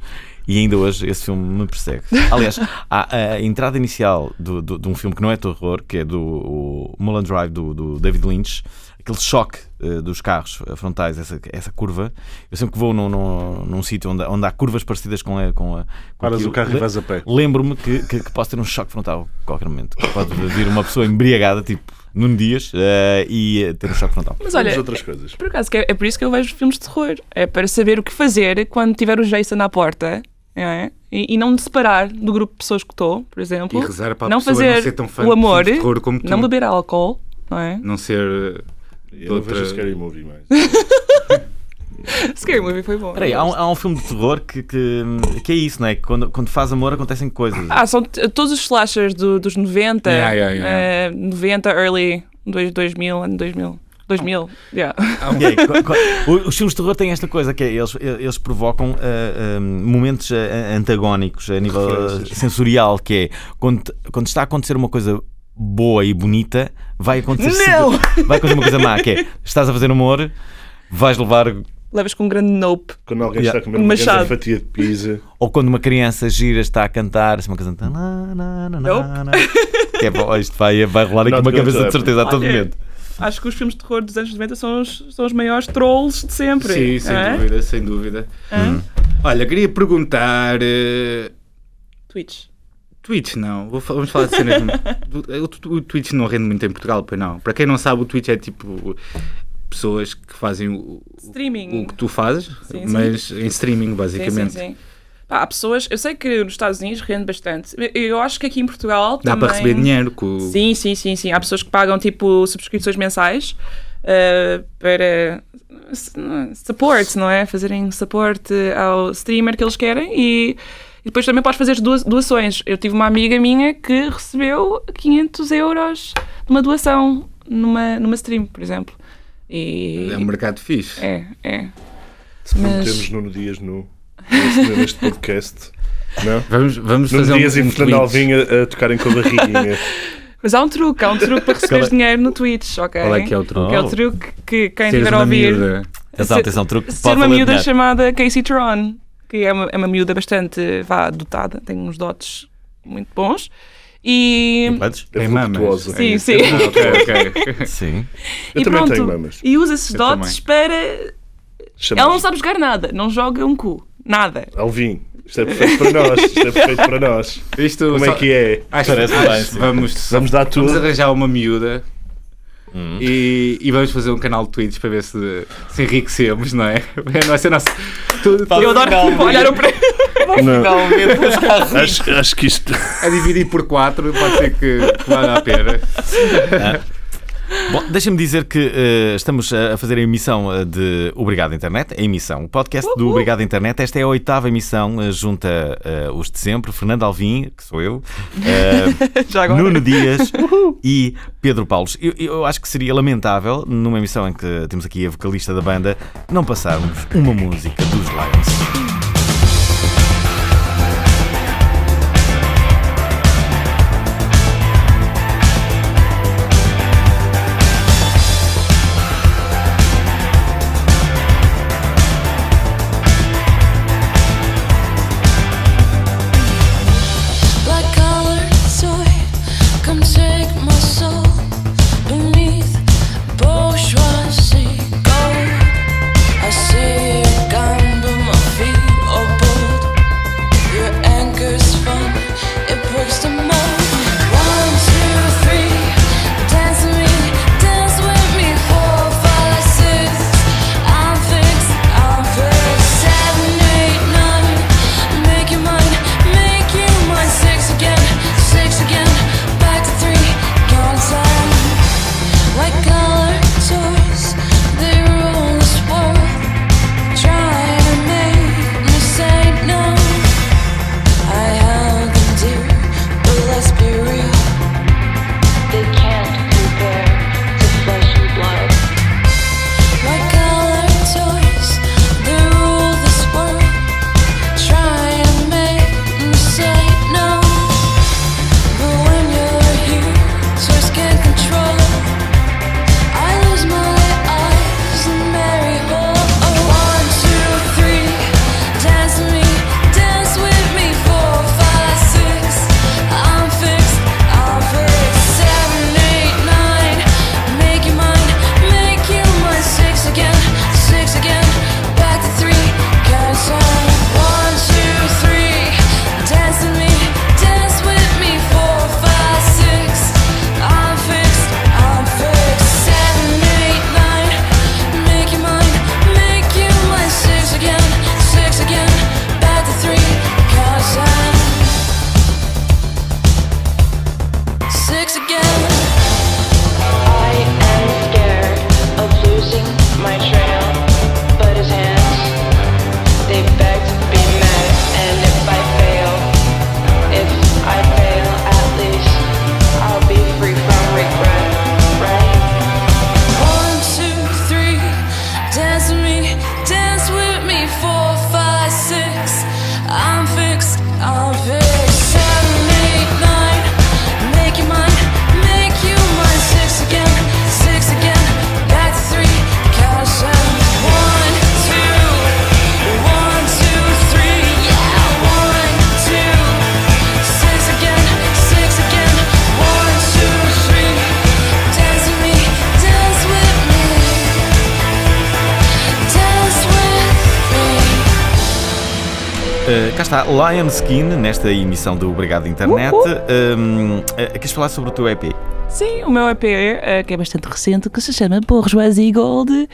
Speaker 1: E ainda hoje esse filme me persegue. Aliás, a, a entrada inicial do, do- de um filme que não é terror, que é do o Mulholland Drive do, do David Lynch, aquele choque eh, dos carros eh, frontais, essa, essa curva. Eu sempre que vou num, num, num sítio onde, onde há curvas parecidas com a. Com a com
Speaker 3: Paras o
Speaker 1: aquilo,
Speaker 3: carro e
Speaker 1: le-
Speaker 3: vais a pé.
Speaker 1: Lembro-me que, que, que posso ter um choque frontal a qualquer momento. Que Pode vir uma pessoa embriagada, tipo Nuno Dias, eh, e eh, ter um choque frontal.
Speaker 5: Mas
Speaker 3: Temos
Speaker 5: olha,
Speaker 3: outras coisas.
Speaker 5: por acaso, que é, é por isso que eu vejo filmes de terror. É para saber o que fazer quando tiver o Jason à porta, não é? E, e não me separar do grupo de pessoas que estou, por exemplo.
Speaker 2: E rezar para a
Speaker 5: não
Speaker 2: pessoa
Speaker 5: fazer
Speaker 2: não ser tão fã
Speaker 5: o amor,
Speaker 2: de filmes de terror como tu.
Speaker 5: não beber álcool, não é?
Speaker 2: Não ser. eh,
Speaker 3: Eu não vejo
Speaker 2: Outra-
Speaker 3: Scary Movie mais.
Speaker 5: Scary Movie foi bom.
Speaker 1: Espera aí, há um, há um filme de terror que, que, que é isso, não é? Que Quando, quando faz amor acontecem coisas.
Speaker 5: Ah, são t- todos os slashers do- dos 90,
Speaker 2: Yeah, yeah, yeah.
Speaker 5: eh, 90, early, dois- 2000, ano 2000. 2000, yeah. (laughs)
Speaker 1: E aí, co- co- o- os filmes de terror têm esta coisa que é, eles, eles provocam ah, ah, momentos ah, antagónicos a nível ah,
Speaker 3: Referências.
Speaker 1: sensorial, que é quando, te- quando está a acontecer uma coisa boa e bonita, vai acontecer
Speaker 5: Não!
Speaker 1: sempre- (laughs) vai acontecer uma coisa má, que é estás a fazer amor, vais levar
Speaker 5: Levas com um grande nope.
Speaker 3: Quando alguém
Speaker 1: Yeah.
Speaker 3: está a comer uma
Speaker 5: Machado.
Speaker 3: grande fatia de pizza,
Speaker 1: Ou quando uma criança gira está a cantar, se uma canção. tá lá, na, na, na,
Speaker 5: Nope.
Speaker 1: na. Que é, bom, isto vai, vai rolar aqui
Speaker 3: Not
Speaker 1: uma
Speaker 3: going
Speaker 1: cabeça
Speaker 3: to
Speaker 1: de certeza a todo
Speaker 5: Olha,
Speaker 1: momento.
Speaker 5: Acho que os filmes de terror dos anos 90 são os, são os maiores trolls de sempre.
Speaker 2: Sim, sem
Speaker 5: não é?
Speaker 2: dúvida, sem dúvida.
Speaker 1: Hum.
Speaker 5: Hã?
Speaker 2: Olha, queria perguntar. eh,
Speaker 5: Twitch.
Speaker 2: Twitch não, Vou fa- vamos falar de cenas. (laughs) do- eh, o, tu- o Twitch não rende muito em Portugal, pois não. Para quem não sabe, o Twitch é tipo pessoas que fazem o,
Speaker 5: Streaming.
Speaker 2: o que tu fazes,
Speaker 5: Sim, sim.
Speaker 2: mas em streaming, basicamente.
Speaker 5: Sim, sim, sim. Pá, há pessoas, eu sei que nos Estados Unidos rende bastante. Eu acho que aqui em Portugal
Speaker 2: Dá
Speaker 5: também...
Speaker 2: para receber dinheiro com.
Speaker 5: Sim, sim, sim, sim. Há pessoas que pagam tipo subscrições mensais. eh, para s- support, não é? Fazerem support eh, ao streamer que eles querem e, e depois também podes fazer doa- doações. Eu tive uma amiga minha que recebeu 500 euros numa doação numa, numa stream, por exemplo. E,
Speaker 2: É um mercado fixe.
Speaker 5: é, é.
Speaker 3: Se
Speaker 5: Mas-
Speaker 3: metemos Nuno Dias (laughs) nu nesse- neste podcast. Não?
Speaker 2: Vamos, vamos fazer
Speaker 3: Nuno
Speaker 2: um,
Speaker 3: Dias
Speaker 2: um
Speaker 3: e Fernando
Speaker 2: tweet.
Speaker 3: Alvim a, a tocarem com a barriguinha.
Speaker 5: Mas há um truque, há um truque para receber
Speaker 1: Qual é-
Speaker 5: dinheiro no Twitch, ok?
Speaker 2: Qual é que é o truque?
Speaker 1: Oh.
Speaker 5: é o truque que quem
Speaker 2: Seres
Speaker 5: tiver a
Speaker 2: uma
Speaker 5: ouvir.
Speaker 2: miúda.
Speaker 1: Atenção,
Speaker 5: Se-
Speaker 1: atenção, truque que
Speaker 5: ser
Speaker 1: pode
Speaker 5: uma
Speaker 1: valer
Speaker 5: miúda
Speaker 1: dinheiro.
Speaker 5: chamada Casey Tron, que é uma, é uma miúda bastante vá, dotada, tem uns dotes muito bons. E.
Speaker 1: Implantes?
Speaker 3: É
Speaker 2: Tem mamas.
Speaker 3: fluctuosa.
Speaker 5: Sim,
Speaker 2: É.
Speaker 5: sim.
Speaker 2: Ah, (laughs) ok, ok.
Speaker 1: Sim.
Speaker 3: Eu
Speaker 5: e
Speaker 3: também
Speaker 5: pronto,
Speaker 3: tenho mamas.
Speaker 5: E usa esses
Speaker 2: Eu
Speaker 5: dotes para. Ela não
Speaker 3: Chamamos.
Speaker 5: sabe jogar nada, não joga um cu, nada.
Speaker 3: Alvim, isto é perfeito para nós. Isto é perfeito para nós.
Speaker 2: Isto
Speaker 3: Como
Speaker 2: só-
Speaker 3: é que é?
Speaker 2: Acho,
Speaker 1: Parece
Speaker 2: acho-
Speaker 1: bem, sim.
Speaker 2: vamos,
Speaker 3: Vamos dar
Speaker 2: vamos
Speaker 3: tudo.
Speaker 2: arranjar uma miúda Hum. e, e vamos fazer um canal de tweets para ver se, se enriquecemos, não é? (laughs) Vai ser nosso. tu- tu-
Speaker 5: (laughs) Eu adoro que olharam para. (laughs)
Speaker 3: Não.
Speaker 1: Finalmente.
Speaker 3: Acho, acho que isto.
Speaker 2: a dividir por 4, pode ser que, que valha a pena.
Speaker 1: Bom, deixa-me dizer que eh, estamos a a fazer a emissão eh, de Obrigado Internet, a emissão, o podcast do Obrigado Internet. Esta é a oitava emissão, eh, junta eh, os de sempre, Fernando Alvim, que sou
Speaker 5: (laughs)
Speaker 1: eu, eh,
Speaker 5: Já agora.
Speaker 1: Nuno
Speaker 5: (laughs)
Speaker 1: Dias e Pedro Paulos. Eu, eu acho que seria lamentável, numa emissão em que temos aqui a vocalista da banda, não passarmos uma música dos Lions.
Speaker 7: Black collar toy, come take my soul beneath bourgeoisie gold. I see a gun, but my feet are bold. Your anchor's fun, it breaks the mold. One, two, three, dance with me, dance with me. Four, five, six, I'm fixed, I'm fixed. Seven, eight, nine, make your mind, make your mind. Six again, six again, back to three, count time. Like color toys, they rule this world. Try to make me say no. I held them dear, but let's be real. They can't compare to flesh and blood. Like color toys, they rule this world. Try and make them say no, but when you're here, toys can't control. I lose my eyes and marry all. One, two, three, dance with me, dance with me. Four, five, six, I'm fixed, I'm fixed. Seven, eight, nine, make your mind, make your mind. Six again, six again, back to three, count time. One, two, three, dance with me, dance with me. Four, five, six, I'm fixed, I'm fixed. Seven, eight, nine, make your mind, make your mind. Six again, six again, back to three, count time. Six again.
Speaker 9: I am scared of losing my trail, but his hands, they beg to be met. And if I fail, if I fail, at least I'll be free from regret, right?
Speaker 7: One, two, three, dance with me, dance with me. Four, five, six, I'm fixed, I'm fixed. Seven, eight, nine, make your mind, make you mine. Six again, six again, back to three, count seven. One, two, one, two, three, yeah. One, two, six again, six again. One, two, three, dance with me, dance with me, dance with me.
Speaker 1: Eh, cá está, Lion Skin, nesta emissão do Obrigado Internet.
Speaker 5: Uhul.
Speaker 1: Hum, eh, queres falar sobre o teu EP?
Speaker 5: Sim, o meu EP, eh, que é bastante recente, que se chama Bourgeoisie Gold,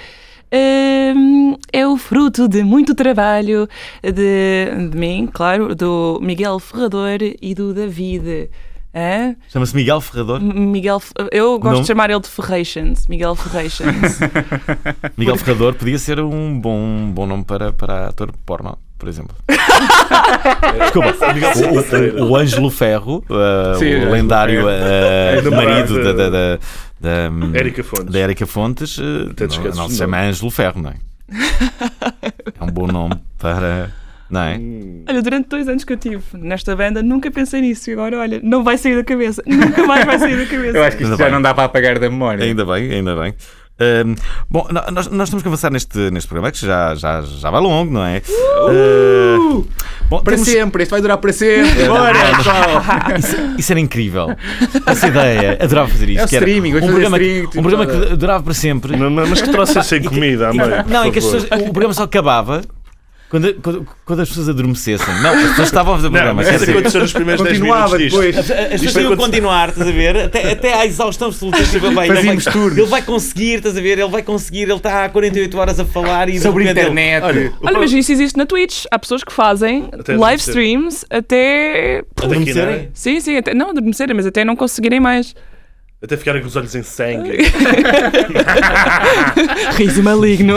Speaker 5: ehm, é o fruto de muito trabalho de, de mim, claro, do Miguel Ferrador e do David.
Speaker 6: Hã?
Speaker 1: Chama-se Miguel Ferrador.
Speaker 6: M- Miguel, F- eh, eu gosto
Speaker 1: Não.
Speaker 6: de chamar ele de Ferrations. Miguel Ferrations.
Speaker 1: Miguel Ferrador podia ser um bom, bom nome para, para ator porno, por exemplo. Desculpa, o, o, o Ângelo Ferro, uh,
Speaker 2: Sim,
Speaker 1: o
Speaker 2: Ângelo
Speaker 1: lendário uh,
Speaker 3: namorado
Speaker 1: marido da,
Speaker 3: da-
Speaker 1: da, da, da, hum,
Speaker 3: eh, Érica Fontes.
Speaker 1: da Érica Fontes, uh,
Speaker 3: Até te
Speaker 1: não,
Speaker 3: esqueces
Speaker 1: não
Speaker 3: do
Speaker 1: se chama Ângelo Ferro, não é? É um bom nome para. Não é?
Speaker 6: olha, durante dois anos que eu tive nesta banda, nunca pensei nisso. E agora, olha, não vai sair da cabeça. Nunca mais vai sair da cabeça.
Speaker 2: Eu acho que isto
Speaker 1: Ainda
Speaker 2: já
Speaker 1: bem.
Speaker 2: não dá para apagar da memória.
Speaker 1: Ainda bem, ainda bem. Ahm, bom, no- nós, nós temos que avançar neste, neste programa que já, já, já vai longo, não é?
Speaker 2: Uh!
Speaker 1: Ah, bom,
Speaker 2: Para
Speaker 1: temos-
Speaker 2: sempre, isto vai durar para sempre. Bora, pessoal.
Speaker 1: Isso, isso era incrível. Essa ideia, adorava fazer isto.
Speaker 2: É o
Speaker 1: que era
Speaker 2: streaming,
Speaker 1: um
Speaker 2: vamos fazer
Speaker 1: programa,
Speaker 2: streaming,
Speaker 1: um
Speaker 2: tipo,
Speaker 1: programa
Speaker 2: nada.
Speaker 1: que durava para sempre.
Speaker 3: Mas- Mas que trouxessem comida à
Speaker 1: E-
Speaker 3: meia.
Speaker 1: não, é que as pessoas, o programa só acabava quando, quando, quando as pessoas adormecessem. Não, é as pessoas estavam a fazer o
Speaker 3: Não,
Speaker 1: programa.
Speaker 3: mas
Speaker 2: é
Speaker 1: quer
Speaker 3: isso
Speaker 2: assim.
Speaker 1: dizer,
Speaker 3: aconteceu nos primeiros 10 minutos.
Speaker 2: Continuava
Speaker 3: disto.
Speaker 2: depois.
Speaker 1: as pessoas
Speaker 3: Isto
Speaker 1: iam
Speaker 3: aconteceu-
Speaker 1: continuar, estás a ver? Até, até à exaustão absoluta. Tipo, bem, ele,
Speaker 2: Fazíamos
Speaker 1: vai,
Speaker 2: turnos.
Speaker 1: ele vai conseguir, estás a ver? Ele vai conseguir, ele está há 48 horas a falar e de
Speaker 2: Sobre
Speaker 1: repente ele-
Speaker 2: internet.
Speaker 3: Olha, o
Speaker 6: Olha, mas isso existe na Twitch. Há pessoas que fazem
Speaker 3: Até
Speaker 6: live
Speaker 3: adormecer.
Speaker 6: streams até.
Speaker 3: é?
Speaker 1: Adormecerem?
Speaker 6: Sim, sim, até, não adormecerem, mas até não conseguirem (laughs) mais.
Speaker 3: Até ficarem com os olhos
Speaker 1: (laughs)
Speaker 3: em sangue.
Speaker 6: Riso (laughs) maligno.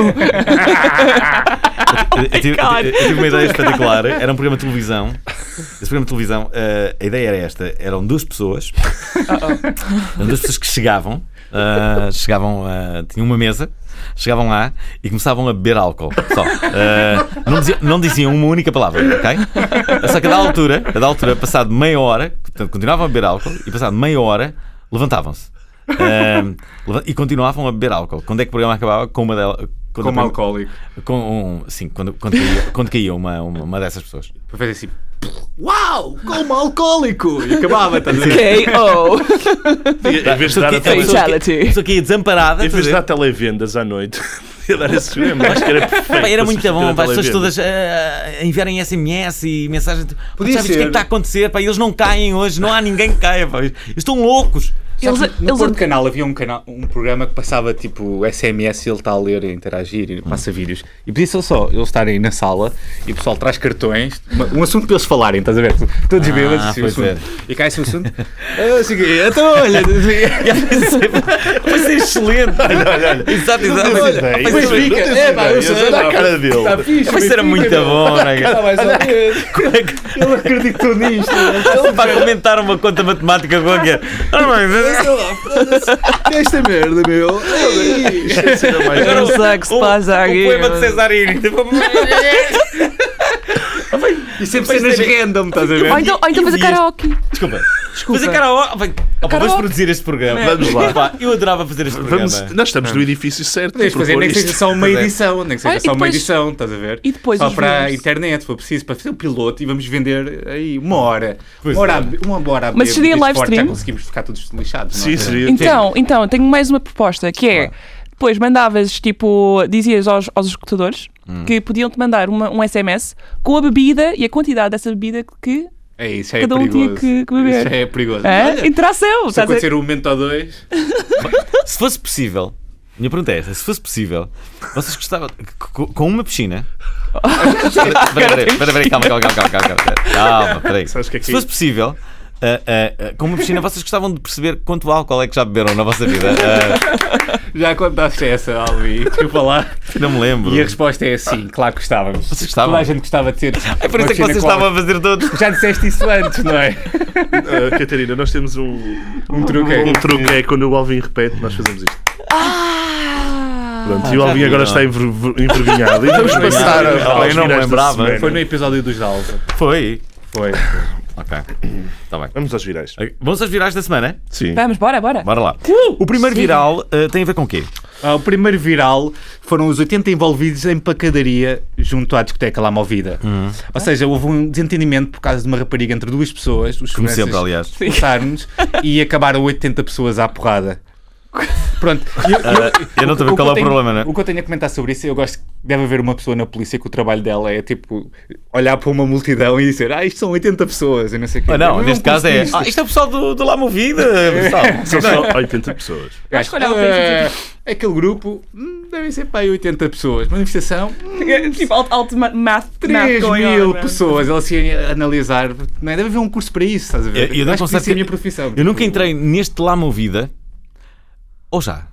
Speaker 1: Eu, eu tive,
Speaker 6: God.
Speaker 1: eu tive uma ideia espetacular. Era um programa de televisão. Esse programa de televisão, eh, a ideia era esta: eram duas pessoas. Eram duas pessoas que chegavam. eh, chegavam, eh, tinham uma mesa, chegavam lá e começavam a beber álcool. Só. Eh, não, diziam, não diziam uma única palavra, ok? Só que a da altura, a da altura, passado meia hora, portanto, continuavam a beber álcool e passado meia hora levantavam-se. Eh, leva- e continuavam a beber álcool. Quando é que o programa acabava? Com uma delas. quando a
Speaker 2: Como
Speaker 1: prim-
Speaker 2: alcoólico.
Speaker 1: com um, sim, quando, quando caía, quando caía uma, uma, uma dessas pessoas.
Speaker 2: Para fazer assim. Uau! Como alcoólico! E acabava, estás a ver?
Speaker 6: K.O.
Speaker 3: E- Em vez de dar
Speaker 1: Só
Speaker 3: a
Speaker 1: que-
Speaker 3: tele-
Speaker 1: só que-
Speaker 6: Fatality.
Speaker 1: só que ia desamparada.
Speaker 3: em
Speaker 1: estás
Speaker 3: vez
Speaker 1: a
Speaker 3: de
Speaker 1: ver?
Speaker 3: dar televendas à noite, (laughs) ia dar esse programa. Acho que era perfeito.
Speaker 1: Pá, Era muito bom, pá, as pessoas
Speaker 3: Televendas.
Speaker 1: todas eh, a enviarem SMS e mensagens. tipo,
Speaker 2: Podia
Speaker 1: "Sabes o que é
Speaker 2: ser.
Speaker 1: que está a acontecer? Pá, eles não caem hoje, não há ninguém que caia. Pá. Eles estão loucos.
Speaker 6: Eles,
Speaker 2: No
Speaker 6: eles,
Speaker 2: Porto Canal havia um, canal, um programa que passava tipo SMS e ele está a ler e a interagir e passa vídeos. E pedia só eles estarem na sala e o pessoal traz cartões, uma- um assunto para eles falarem, estás a ver? Todos bêbados, assim, o
Speaker 1: Ah, pois é.
Speaker 2: assunto. E cai-se
Speaker 1: (laughs)
Speaker 2: o assunto. Ah, assim, então, olha,
Speaker 1: Vai ser excelente.
Speaker 3: Olha, olha, olha.
Speaker 1: (laughs) Exato,
Speaker 3: Não
Speaker 1: exato.
Speaker 3: tens
Speaker 1: Olha,
Speaker 3: ideia.
Speaker 1: vai
Speaker 3: Não
Speaker 1: ser-
Speaker 3: tens
Speaker 2: fica.
Speaker 3: ideia.
Speaker 2: É, pá, eu sei,
Speaker 3: Olha
Speaker 2: dá
Speaker 3: a cara dele.
Speaker 2: está fixe.
Speaker 1: Vai ser muito bom, é não é?
Speaker 2: Está mais ou menos. Ele
Speaker 1: (laughs)
Speaker 2: acreditou nisto.
Speaker 1: Para comentar uma conta matemática qualquer. Ah, mas-
Speaker 2: Esta merda, meu.
Speaker 3: Esse era mais-
Speaker 6: não sei o que se passa
Speaker 1: O
Speaker 6: aqui,
Speaker 1: poema de tipo,
Speaker 6: mas-
Speaker 1: Cesarini.
Speaker 6: (laughs)
Speaker 2: E sempre cenas random, estás a
Speaker 6: ou
Speaker 2: ver?
Speaker 6: então, ou então
Speaker 1: E o
Speaker 6: fazer
Speaker 1: Ian?
Speaker 6: karaoke.
Speaker 1: Desculpa. Desculpa. Fazer karaoke. Vai- Opa, Vamos produzir este programa.
Speaker 3: Vamos lá.
Speaker 1: Pá, eu adorava fazer este programa.
Speaker 3: Vamos, nós
Speaker 1: ah.
Speaker 3: estamos no edifício certo.
Speaker 2: Tens de fazer,
Speaker 3: propor
Speaker 2: nem que
Speaker 3: isto.
Speaker 2: seja é só uma edição, nem que seja
Speaker 6: Ah, e
Speaker 2: só uma
Speaker 6: depois-
Speaker 2: edição, estás a ver?
Speaker 6: e depois
Speaker 2: só
Speaker 6: os
Speaker 2: para a
Speaker 6: views.
Speaker 2: internet, se for preciso, para fazer o piloto e vamos vender aí uma hora.
Speaker 1: Pois
Speaker 2: uma, hora
Speaker 1: é.
Speaker 2: a be- uma hora a
Speaker 6: Mas
Speaker 2: beber,
Speaker 6: seria
Speaker 2: porque
Speaker 6: live
Speaker 2: forte,
Speaker 6: stream?
Speaker 2: Já conseguimos ficar todos lixados.
Speaker 3: Sim,
Speaker 2: não é?
Speaker 3: seria.
Speaker 6: Então, então, tenho mais uma proposta que é: depois mandavas, tipo, dizias aos, aos escutadores que podiam-te mandar uma- um SMS com a bebida e a quantidade dessa bebida que.
Speaker 2: É isso, já é
Speaker 6: Cada um tinha
Speaker 2: perigoso.
Speaker 6: que- que beber.
Speaker 2: Isso já é perigoso.
Speaker 6: É?
Speaker 2: Olha,
Speaker 6: Interação!
Speaker 2: se
Speaker 6: estás a-
Speaker 2: acontecer um momento ou dois, (laughs)
Speaker 1: Se fosse possível, minha pergunta é esta: se fosse possível, vocês gostavam. c- c- Com uma piscina. Espera, Espera, espera, espera, espera, calma, calma, calma, calma, calma, calma, calma, peraí.
Speaker 3: Sabes
Speaker 2: é
Speaker 3: que aqui-
Speaker 1: Se fosse possível, ah, ah, ah, com uma piscina, vocês gostavam de perceber quanto álcool é que já beberam na vossa vida? Ah,
Speaker 2: já contaste essa, Alvi. Desculpa lá.
Speaker 1: não me lembro.
Speaker 2: E a resposta é sim, claro que gostávamos.
Speaker 1: Vocês gostavam?
Speaker 2: Toda a gente gostava de ter.
Speaker 1: É por isso é que vocês estavam a fazer todos.
Speaker 2: Já disseste isso antes, não é?
Speaker 3: Ah, Catarina, nós
Speaker 6: (laughs)
Speaker 3: temos um,
Speaker 2: Um truque é.
Speaker 3: um truque. É quando o Alvin repete, nós fazemos isto.
Speaker 6: Ah!
Speaker 3: Pronto, e o
Speaker 1: já
Speaker 3: Alvin
Speaker 1: vi,
Speaker 3: agora
Speaker 1: não.
Speaker 3: está enver- envergonhado. E vamos passar
Speaker 1: Envergonhado.
Speaker 3: a
Speaker 1: Alvin não me lembrava.
Speaker 2: Foi no episódio dos Dalva.
Speaker 1: Foi.
Speaker 2: Foi.
Speaker 1: Ok. Está bem.
Speaker 3: Vamos aos virais.
Speaker 1: Vamos aos virais da semana?
Speaker 3: Sim.
Speaker 6: Vamos, bora, bora.
Speaker 1: Bora lá.
Speaker 6: Uh!
Speaker 1: o primeiro viral ah, tem a ver com o quê?
Speaker 2: Ah, o primeiro viral foram os 80 envolvidos em pacadaria junto à discoteca La Movida.
Speaker 1: Hum.
Speaker 2: Ou seja, houve um desentendimento por causa de uma rapariga entre duas pessoas. Os
Speaker 1: Como
Speaker 2: seguranças
Speaker 1: (laughs) sempre, aliás.
Speaker 2: expulsaram-nos e acabaram 80 pessoas à porrada. Pronto. e eu-
Speaker 1: Ah, eu não estou a ver qual é o
Speaker 2: tenho-
Speaker 1: problema, né?
Speaker 2: O que eu tenho a comentar sobre isso, eu gosto que deve haver uma pessoa na polícia que o trabalho dela é tipo olhar para uma multidão e dizer, ah, isto são 80 pessoas e não sei o quê.
Speaker 1: Ah, não,
Speaker 2: Eu
Speaker 1: neste
Speaker 2: penso
Speaker 1: caso é.
Speaker 2: nisto.
Speaker 1: Ah, isto é o pessoal do, do La (laughs) Movida, pessoal.
Speaker 3: São só 80 pessoas.
Speaker 2: Eu
Speaker 6: Acho que olhava para
Speaker 2: "Ah, Aquele grupo hum, devem ser para aí 80 pessoas. Manifestação, hum,
Speaker 6: É,
Speaker 5: tipo, alto, alto ma- math, math
Speaker 2: 3
Speaker 5: going on,
Speaker 2: mil
Speaker 5: né?
Speaker 2: pessoas. Ela se ia analisar. Não é? Deve haver um curso para isso, estás a ver?
Speaker 1: Eu- eu não
Speaker 2: Acho que
Speaker 1: consigo-
Speaker 2: isso é a minha profissão.
Speaker 1: Eu nunca entrei neste La Movida. Ou já?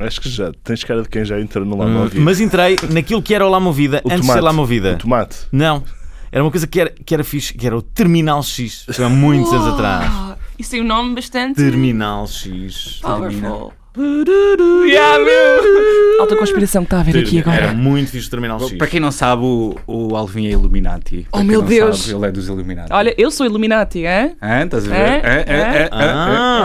Speaker 3: Acho que já tens cara de quem já entrou no Lama Vida.
Speaker 1: Mas entrei naquilo que era o La Movida
Speaker 3: O
Speaker 1: antes de ser La Movida.
Speaker 3: O tomate.
Speaker 1: Não. Era uma coisa que era, que era fixe, que era o Terminal X. Foi há muitos anos atrás.
Speaker 5: Ah, Isso tem um nome bastante
Speaker 1: Terminal X.
Speaker 5: powerful. Alta conspiração que
Speaker 6: tá
Speaker 5: está a haver aqui agora.
Speaker 1: Era muito fixe o Terminal X.
Speaker 2: Para quem não sabe, o, o Alvin é Illuminati. Para quem
Speaker 5: meu
Speaker 2: não
Speaker 5: Deus.
Speaker 2: sabe, ele é dos Illuminati.
Speaker 6: Oh, Olha, eu sou Illuminati, é?
Speaker 2: Hã? Estás a ver?
Speaker 6: É?
Speaker 2: Hã? Hã? Hã? Hã? Hã?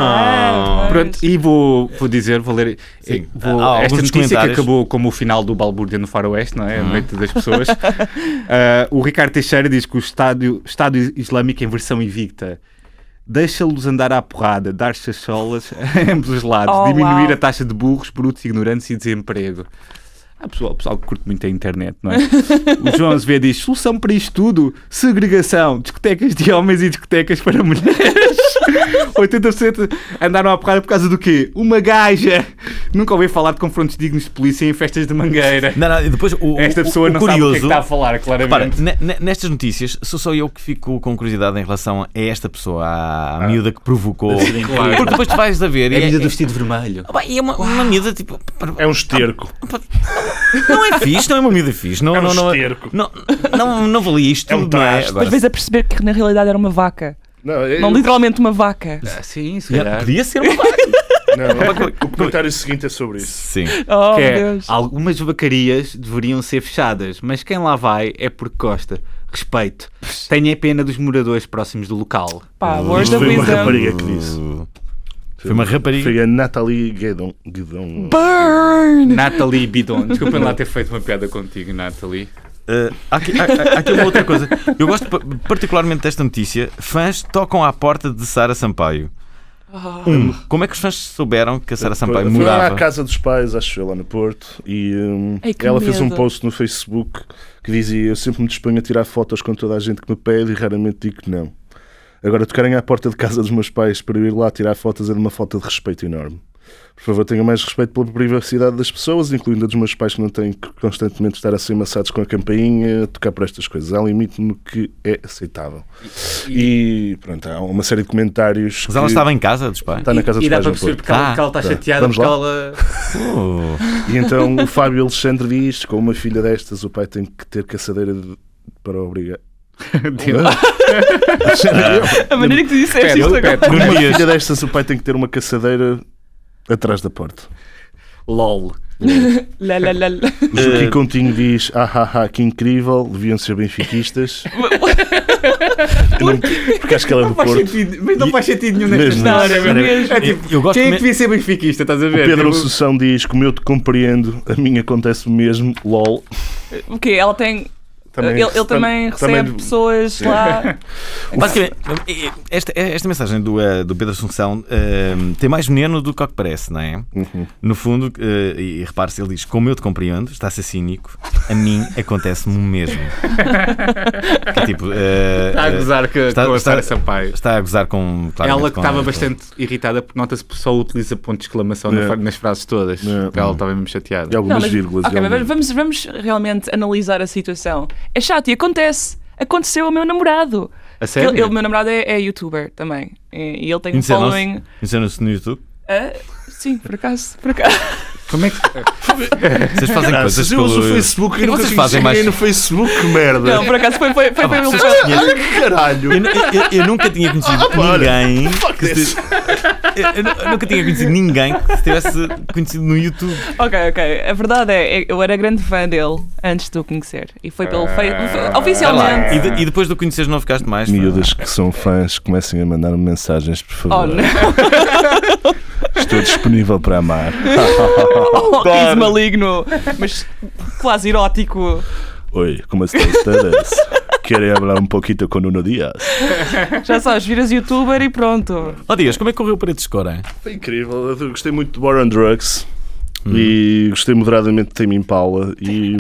Speaker 1: Ah.
Speaker 2: Pronto, e vou, vou dizer, vou ler. eh,
Speaker 1: Sim.
Speaker 2: Vou,
Speaker 1: Há alguns
Speaker 2: esta notícia que
Speaker 1: comentários. Uhum.
Speaker 2: acabou como o final do Balbúrdia no Faroeste, não é? A noite
Speaker 1: (laughs)
Speaker 2: das pessoas. Ah, o Ricardo Teixeira diz que o Estado, Estado Islâmico em versão invicta deixa-los andar à porrada, dar chacholas (laughs) a ambos os lados,
Speaker 6: Oh,
Speaker 2: diminuir
Speaker 6: uau.
Speaker 2: a taxa de burros, brutos, ignorantes e desemprego. Ah, pessoal, pessoal que curte muito a internet, não é?
Speaker 6: (laughs)
Speaker 2: o João Azevedo diz: solução para isto tudo: segregação, discotecas de homens e discotecas para mulheres. (laughs) 80% andaram à porrada por causa do quê? Uma gaja! Nunca ouvi falar de confrontos dignos de polícia em festas de mangueira.
Speaker 1: Não, não, e depois o, o-
Speaker 2: Esta pessoa
Speaker 1: o
Speaker 2: não sabe o que é que
Speaker 1: curioso.
Speaker 2: está a falar,
Speaker 1: Repara,
Speaker 2: claramente.
Speaker 1: ne- ne- nestas notícias, sou só eu que fico com curiosidade em relação a esta pessoa, à
Speaker 3: Ah.
Speaker 1: miúda que provocou.
Speaker 2: Claro.
Speaker 1: Porque depois tu vais a ver. e é-
Speaker 2: vestido vermelho.
Speaker 1: Ah, pá, e é uma, uma miúda tipo.
Speaker 3: É um esterco.
Speaker 1: Não é fixe, não é uma miúda fixe. Não,
Speaker 3: É um
Speaker 1: não, não,
Speaker 3: esterco.
Speaker 1: não, não, não valia isto.
Speaker 3: É um
Speaker 1: tudo, não
Speaker 3: traste.
Speaker 6: Depois vês a perceber que na realidade era uma vaca.
Speaker 3: Não, é-
Speaker 6: Não literalmente uma vaca.
Speaker 2: Ah, sim, se
Speaker 1: Agora,
Speaker 2: calhar.
Speaker 1: Podia ser uma vaca.
Speaker 3: não, é- o comentário seguinte é sobre isso.
Speaker 1: (laughs) Sim.
Speaker 6: Oh,
Speaker 2: que é,
Speaker 6: meu Deus.
Speaker 2: algumas vacarias deveriam ser fechadas, mas quem lá vai é porque gosta. Respeito. Tenha pena dos moradores próximos do local.
Speaker 6: Pá, words
Speaker 3: Isto
Speaker 6: of
Speaker 3: foi uma
Speaker 6: wisdom.
Speaker 3: rapariga que disse.
Speaker 1: Foi uma rapariga.
Speaker 3: Foi a Nathalie Guedon. Guedon.
Speaker 2: Natalie Bidon. Desculpem lá ter feito uma piada contigo, Natalie.
Speaker 1: Uh, há, aqui, há- há- há aqui uma outra coisa. Eu gosto pa- particularmente desta notícia. Fãs tocam à porta de Sara Sampaio. Um, como é que os fãs souberam que a Sara Sampaio
Speaker 3: Foi lá à
Speaker 1: morava?
Speaker 3: casa dos pais, acho eu, lá no Porto, e hum,
Speaker 6: Ei, que
Speaker 3: ela fez um
Speaker 6: medo.
Speaker 3: post no Facebook que dizia: Eu sempre me disponho a tirar fotos com toda a gente que me pede e raramente digo que não. Agora, tocarem à porta de casa dos meus pais para eu ir lá tirar fotos é de uma falta de respeito enorme. Por favor, tenham mais respeito pela privacidade das pessoas, incluindo a dos meus pais que não têm que constantemente estar a ser amassados com a campainha, a tocar por estas coisas. Há um limite no que é aceitável. E, pronto, há uma série de comentários.
Speaker 1: Mas ela
Speaker 3: que
Speaker 1: estava em casa dos pais.
Speaker 3: Está na casa
Speaker 2: e
Speaker 3: dos
Speaker 2: dá
Speaker 3: pais
Speaker 2: para
Speaker 3: no
Speaker 2: perceber
Speaker 3: Porto.
Speaker 2: porque ela,
Speaker 1: Ah,
Speaker 2: que ela está
Speaker 3: tá.
Speaker 2: chateada,
Speaker 3: Vamos
Speaker 2: porque
Speaker 3: lá?
Speaker 2: ela.
Speaker 1: Oh.
Speaker 3: E então o Fábio Alexandre diz: com uma filha destas, o pai tem que ter caçadeira de-
Speaker 2: (laughs)
Speaker 3: para obrigar.
Speaker 6: A maneira que tu disseste isto agora.
Speaker 3: Com uma filha destas, o pai tem que ter uma caçadeira atrás da porta.
Speaker 2: LOL. Eh,
Speaker 6: Lá, lá, lá, lá.
Speaker 3: O Joaquim Continho diz: ah, ah, ah, que incrível, deviam
Speaker 2: (laughs)
Speaker 3: ser benfiquistas. Não- porque acho que ela é do
Speaker 2: Faz
Speaker 3: Porto.
Speaker 2: sentido, mas (laughs) não faz sentido nenhum nesta
Speaker 3: Mesmo.
Speaker 2: história. meu.
Speaker 1: Mesmo.
Speaker 2: É tipo,
Speaker 1: Eu- eu gosto
Speaker 2: quem é que
Speaker 1: me-
Speaker 2: devia ser benfiquista? Estás a
Speaker 3: O
Speaker 2: ver?
Speaker 3: Pedro
Speaker 2: Tipo,
Speaker 3: Assunção diz: como eu te compreendo, a mim acontece o mesmo, lol.
Speaker 6: O quê? Ela tem. ele ele também recebe pessoas lá.
Speaker 1: Basicamente, esta, esta mensagem do, eh, do Pedro Assunção eh, tem mais veneno do que o que parece, não é?
Speaker 3: Uhum.
Speaker 1: No fundo, eh, e repare-se, ele diz: Como eu te compreendo, está a ser cínico, a mim acontece-me o
Speaker 3: (laughs)
Speaker 1: mesmo. Que é tipo, eh,
Speaker 2: Está a
Speaker 1: eh,
Speaker 2: gozar com
Speaker 1: está-
Speaker 2: com a
Speaker 1: está-
Speaker 2: Sara Sampaio.
Speaker 1: Está a gozar com. claramente,
Speaker 2: Ela que
Speaker 1: com-
Speaker 2: estava
Speaker 1: com-
Speaker 2: bastante irritada porque nota-se que só utiliza ponto de exclamação na
Speaker 3: É.
Speaker 2: fra- nas frases todas.
Speaker 3: É.
Speaker 2: Ela estava mesmo chateada.
Speaker 3: E algumas
Speaker 6: mas-
Speaker 3: vírgulas.
Speaker 6: Ok,
Speaker 3: e algumas-
Speaker 6: mas vamos, vamos realmente analisar a situação. É chato e acontece. Aconteceu ao meu namorado.
Speaker 2: A sério?
Speaker 6: Ele, ele- meu namorado é, é youtuber também. E, e ele tem um
Speaker 1: Conheceram-se-
Speaker 6: following.
Speaker 1: Conheceram-se é no YouTube.
Speaker 6: Ah, sim, por acaso. Por acaso.
Speaker 2: Como é que.
Speaker 1: Vocês fazem coisas
Speaker 3: Graças, eu uso o
Speaker 1: pelo-
Speaker 3: Facebook
Speaker 1: que
Speaker 3: e nunca
Speaker 1: vocês
Speaker 3: vocês
Speaker 1: fazem mais?
Speaker 3: no Facebook, que merda.
Speaker 6: Não, por acaso foi, foi,
Speaker 3: Ah,
Speaker 6: foi, foi pelo-
Speaker 3: Olha que caralho. Ah,
Speaker 1: Eu, eu- eu nunca tinha conhecido
Speaker 3: para.
Speaker 1: ninguém.
Speaker 3: Fuck
Speaker 1: que
Speaker 3: this.
Speaker 1: se- eu, eu nu- eu nunca tinha conhecido ninguém que se tivesse conhecido no YouTube.
Speaker 6: Ok, ok. A verdade é, é- eu era grande fã dele antes de o conhecer. E foi pelo. Foi,
Speaker 3: Ah.
Speaker 6: foi- oficialmente.
Speaker 1: E, de- e depois de o conheceres, não ficaste mais. eh,
Speaker 3: Miúdas que são fãs, comecem a mandar-me mensagens, por
Speaker 6: Oh,
Speaker 3: favor.
Speaker 6: não.
Speaker 3: (laughs) Estou disponível para amar.
Speaker 6: Oh, riso maligno. Mas quase erótico.
Speaker 3: Oi, como estão todas? Querem falar um pouquinho com Nuno Dias?
Speaker 6: Já sabes, viras youtuber e pronto.
Speaker 1: Ó Dias, como é que correu para de cor, hein?
Speaker 3: Foi incrível, eu gostei muito de War on Drugs e gostei moderadamente de Tame Impala e.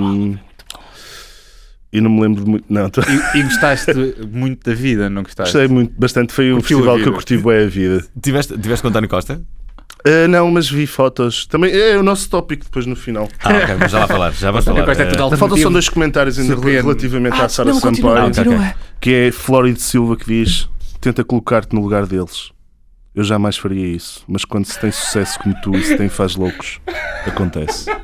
Speaker 3: E não me lembro de muito. Não, tô-
Speaker 2: E, e gostaste muito da vida, não gostaste?
Speaker 3: gostei muito, bastante. Foi um
Speaker 2: Curtiu a
Speaker 3: festival que
Speaker 2: vida.
Speaker 3: eu curti bem a vida.
Speaker 1: Tiveste, tiveste com António Costa?
Speaker 3: Ah, não, mas vi fotos. Também é o nosso tópico depois no final.
Speaker 1: Ah, ok, vamos já lá falar. Já vamos falar.
Speaker 2: Costa é tudo
Speaker 3: Faltam só
Speaker 2: alternativo.
Speaker 3: dois comentários ainda
Speaker 2: Surpreende.
Speaker 5: Ah,
Speaker 3: relativamente à Sara
Speaker 6: Ah, não, continua,
Speaker 3: Sampaio,
Speaker 6: continua.
Speaker 3: que é Flórido Silva que diz: tenta colocar-te no lugar deles. Eu jamais faria isso, mas quando se tem sucesso como tu e se tem faz loucos, acontece.
Speaker 1: Eh,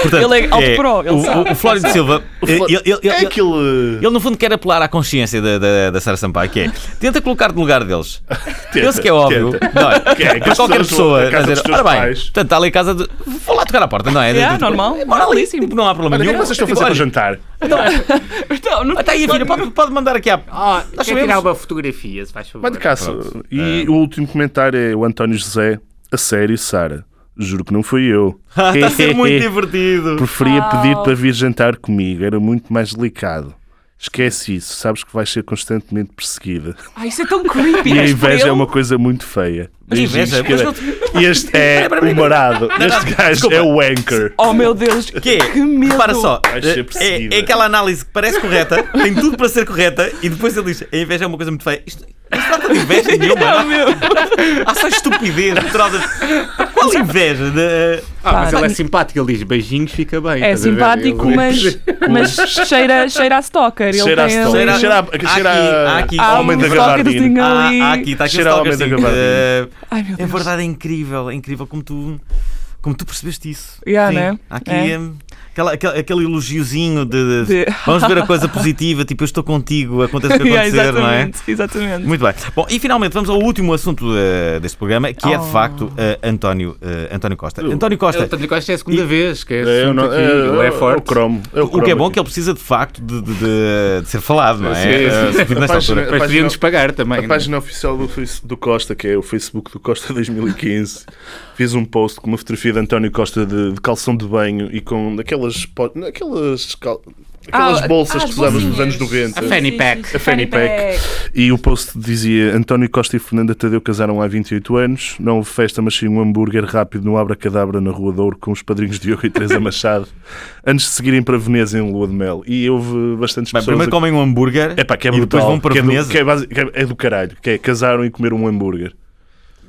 Speaker 1: portanto,
Speaker 6: Ele é autopro, ele
Speaker 1: o,
Speaker 6: sabe.
Speaker 1: o, o Flório de Silva, eh,
Speaker 3: Flo-
Speaker 1: ele, ele-
Speaker 3: É
Speaker 1: ele-
Speaker 3: aquele.
Speaker 1: ele, no fundo quer apelar à consciência da, da, da Sara Sampaio, que é tenta colocar-te no lugar deles.
Speaker 3: Tenta,
Speaker 1: Penso que é óbvio.
Speaker 3: tenta.
Speaker 1: Não é?
Speaker 3: Que é, que
Speaker 1: Para
Speaker 3: as
Speaker 1: qualquer
Speaker 3: pessoas vão
Speaker 1: pessoa,
Speaker 3: à casa
Speaker 1: quer
Speaker 3: dos
Speaker 1: dizer,
Speaker 3: teus
Speaker 1: ora bem,
Speaker 3: pais."
Speaker 1: portanto, está ali a casa de. Vou lá tocar à porta, não é?
Speaker 6: É,
Speaker 1: Tipo,
Speaker 6: normal,
Speaker 1: É moralíssimo.
Speaker 6: normalíssimo.
Speaker 1: Tipo, não há problema
Speaker 3: Olha, o que é
Speaker 1: nenhum.
Speaker 3: que vocês estão a
Speaker 1: Tipo,
Speaker 3: fazer para
Speaker 1: olha,
Speaker 3: jantar?
Speaker 6: Então, não
Speaker 1: Até aí, a Tá um filha, pode, pode mandar aqui à.
Speaker 2: Ah, quer
Speaker 1: sabemos.
Speaker 2: tirar uma fotografia, se faz favor.
Speaker 3: Vai de caça.
Speaker 2: Pronto.
Speaker 3: E o último comentário é o António José. A sério, Sara. Juro que não
Speaker 1: (laughs)
Speaker 3: fui eu.
Speaker 1: Está Tá a
Speaker 3: (laughs)
Speaker 1: ser muito divertido.
Speaker 3: Preferia pedir para vir jantar comigo. Era muito mais delicado. Esquece isso. Sabes que vais ser constantemente perseguida.
Speaker 6: Ai, isso é tão creepy.
Speaker 3: E a
Speaker 6: és por
Speaker 3: inveja
Speaker 6: ele.
Speaker 3: é uma coisa muito feia.
Speaker 1: Mas inveja, é, mas não-
Speaker 3: E este
Speaker 1: (laughs)
Speaker 3: é o marado. Este gajo é o anchor.
Speaker 6: Oh meu
Speaker 1: (laughs)
Speaker 6: Deus,
Speaker 1: Que é,
Speaker 6: que medo.
Speaker 1: repara só,
Speaker 3: Vai ser
Speaker 1: é-
Speaker 3: perseguida.
Speaker 1: é, aquela análise que parece correta, tem tudo para ser correta, e depois ele diz: a inveja é uma coisa muito feia. Isto não se trata de inveja nenhuma. Há só estupidez por trás de- Qual inveja? De... eh,
Speaker 2: Ah, mas
Speaker 6: Pá.
Speaker 2: ele é simpático, ele diz beijinhos, fica bem.
Speaker 6: É
Speaker 2: estás a ver?
Speaker 6: simpático,
Speaker 2: Ele- (laughs)
Speaker 6: mas, mas
Speaker 3: (laughs)
Speaker 6: cheira, cheira a stalker. Ele
Speaker 3: Cheira a
Speaker 6: tem
Speaker 3: stalker.
Speaker 6: ali-
Speaker 3: Cheira a- cheira a-
Speaker 1: há aqui, assim.
Speaker 6: Há
Speaker 1: há
Speaker 6: um
Speaker 1: aqui.
Speaker 3: Homem da
Speaker 6: stalkerzinho
Speaker 1: Há-
Speaker 6: ali.
Speaker 1: há aqui, está aqui um
Speaker 3: Cheira ao
Speaker 1: stalker,
Speaker 3: homem
Speaker 1: sim.
Speaker 3: da gabardina.
Speaker 1: Eh,
Speaker 6: Ai meu
Speaker 1: É
Speaker 6: Deus.
Speaker 1: (laughs) verdade, é incrível, é incrível como tu, como tu percebeste isso.
Speaker 6: Yeah,
Speaker 1: Sim,
Speaker 6: né?
Speaker 1: Há aqui
Speaker 6: É.
Speaker 1: hum, aquela- aquele, aquele elogiozinho de, de-
Speaker 6: De-
Speaker 1: vamos ver a coisa positiva, tipo eu estou contigo, acontece o que
Speaker 6: (laughs) Yeah,
Speaker 1: acontecer, não é?
Speaker 6: exatamente, exatamente.
Speaker 1: Muito bem. Bom, e finalmente vamos ao último assunto eh, deste programa, que é de
Speaker 6: Oh.
Speaker 1: facto eh, António, eh, António Costa. António
Speaker 2: É, O
Speaker 1: Costa,
Speaker 2: Tânico Costa é a segunda vez, que é,
Speaker 3: É,
Speaker 2: assunto
Speaker 3: não-
Speaker 2: aqui, ele é
Speaker 3: o
Speaker 2: forte.
Speaker 3: cromo.
Speaker 1: o que é bom que ele precisa de facto de, de- de- de ser falado, não é? Eh,
Speaker 3: Sim, sim.
Speaker 1: sobretudo nesta
Speaker 3: Apaixonante.
Speaker 1: altura.
Speaker 2: Mas podíamos pagar também.
Speaker 1: é?
Speaker 3: A
Speaker 2: né?
Speaker 3: página oficial do, Face- do Costa, que é o Facebook do Costa (laughs) 2015, fiz um post com uma fotografia de António Costa de, de calção de banho e com aquelas, po- aquelas, cal- aquelas
Speaker 6: Ah,
Speaker 3: bolsas
Speaker 5: ah,
Speaker 3: que
Speaker 5: as
Speaker 3: usávamos nos anos
Speaker 5: bolsinhas.
Speaker 3: 90.
Speaker 2: A fanny pack.
Speaker 3: A fanny pack. E o post dizia: António Costa e Fernanda Tadeu casaram há 28 anos. Não houve festa, mas sim um hambúrguer rápido no Abra Cadabra na Rua Douro com os padrinhos Diogo e (laughs) Teresa Machado antes de seguirem para Veneza em Lua de Mel. E houve bastantes
Speaker 1: Bem,
Speaker 3: pessoas.
Speaker 1: primeiro
Speaker 3: a-
Speaker 1: comem um hambúrguer
Speaker 3: é pá, que é
Speaker 1: e depois
Speaker 3: brutal.
Speaker 1: vão para
Speaker 3: que é do-
Speaker 1: Veneza.
Speaker 3: que é basi- que é- é do caralho. Que é casaram e comeram um hambúrguer.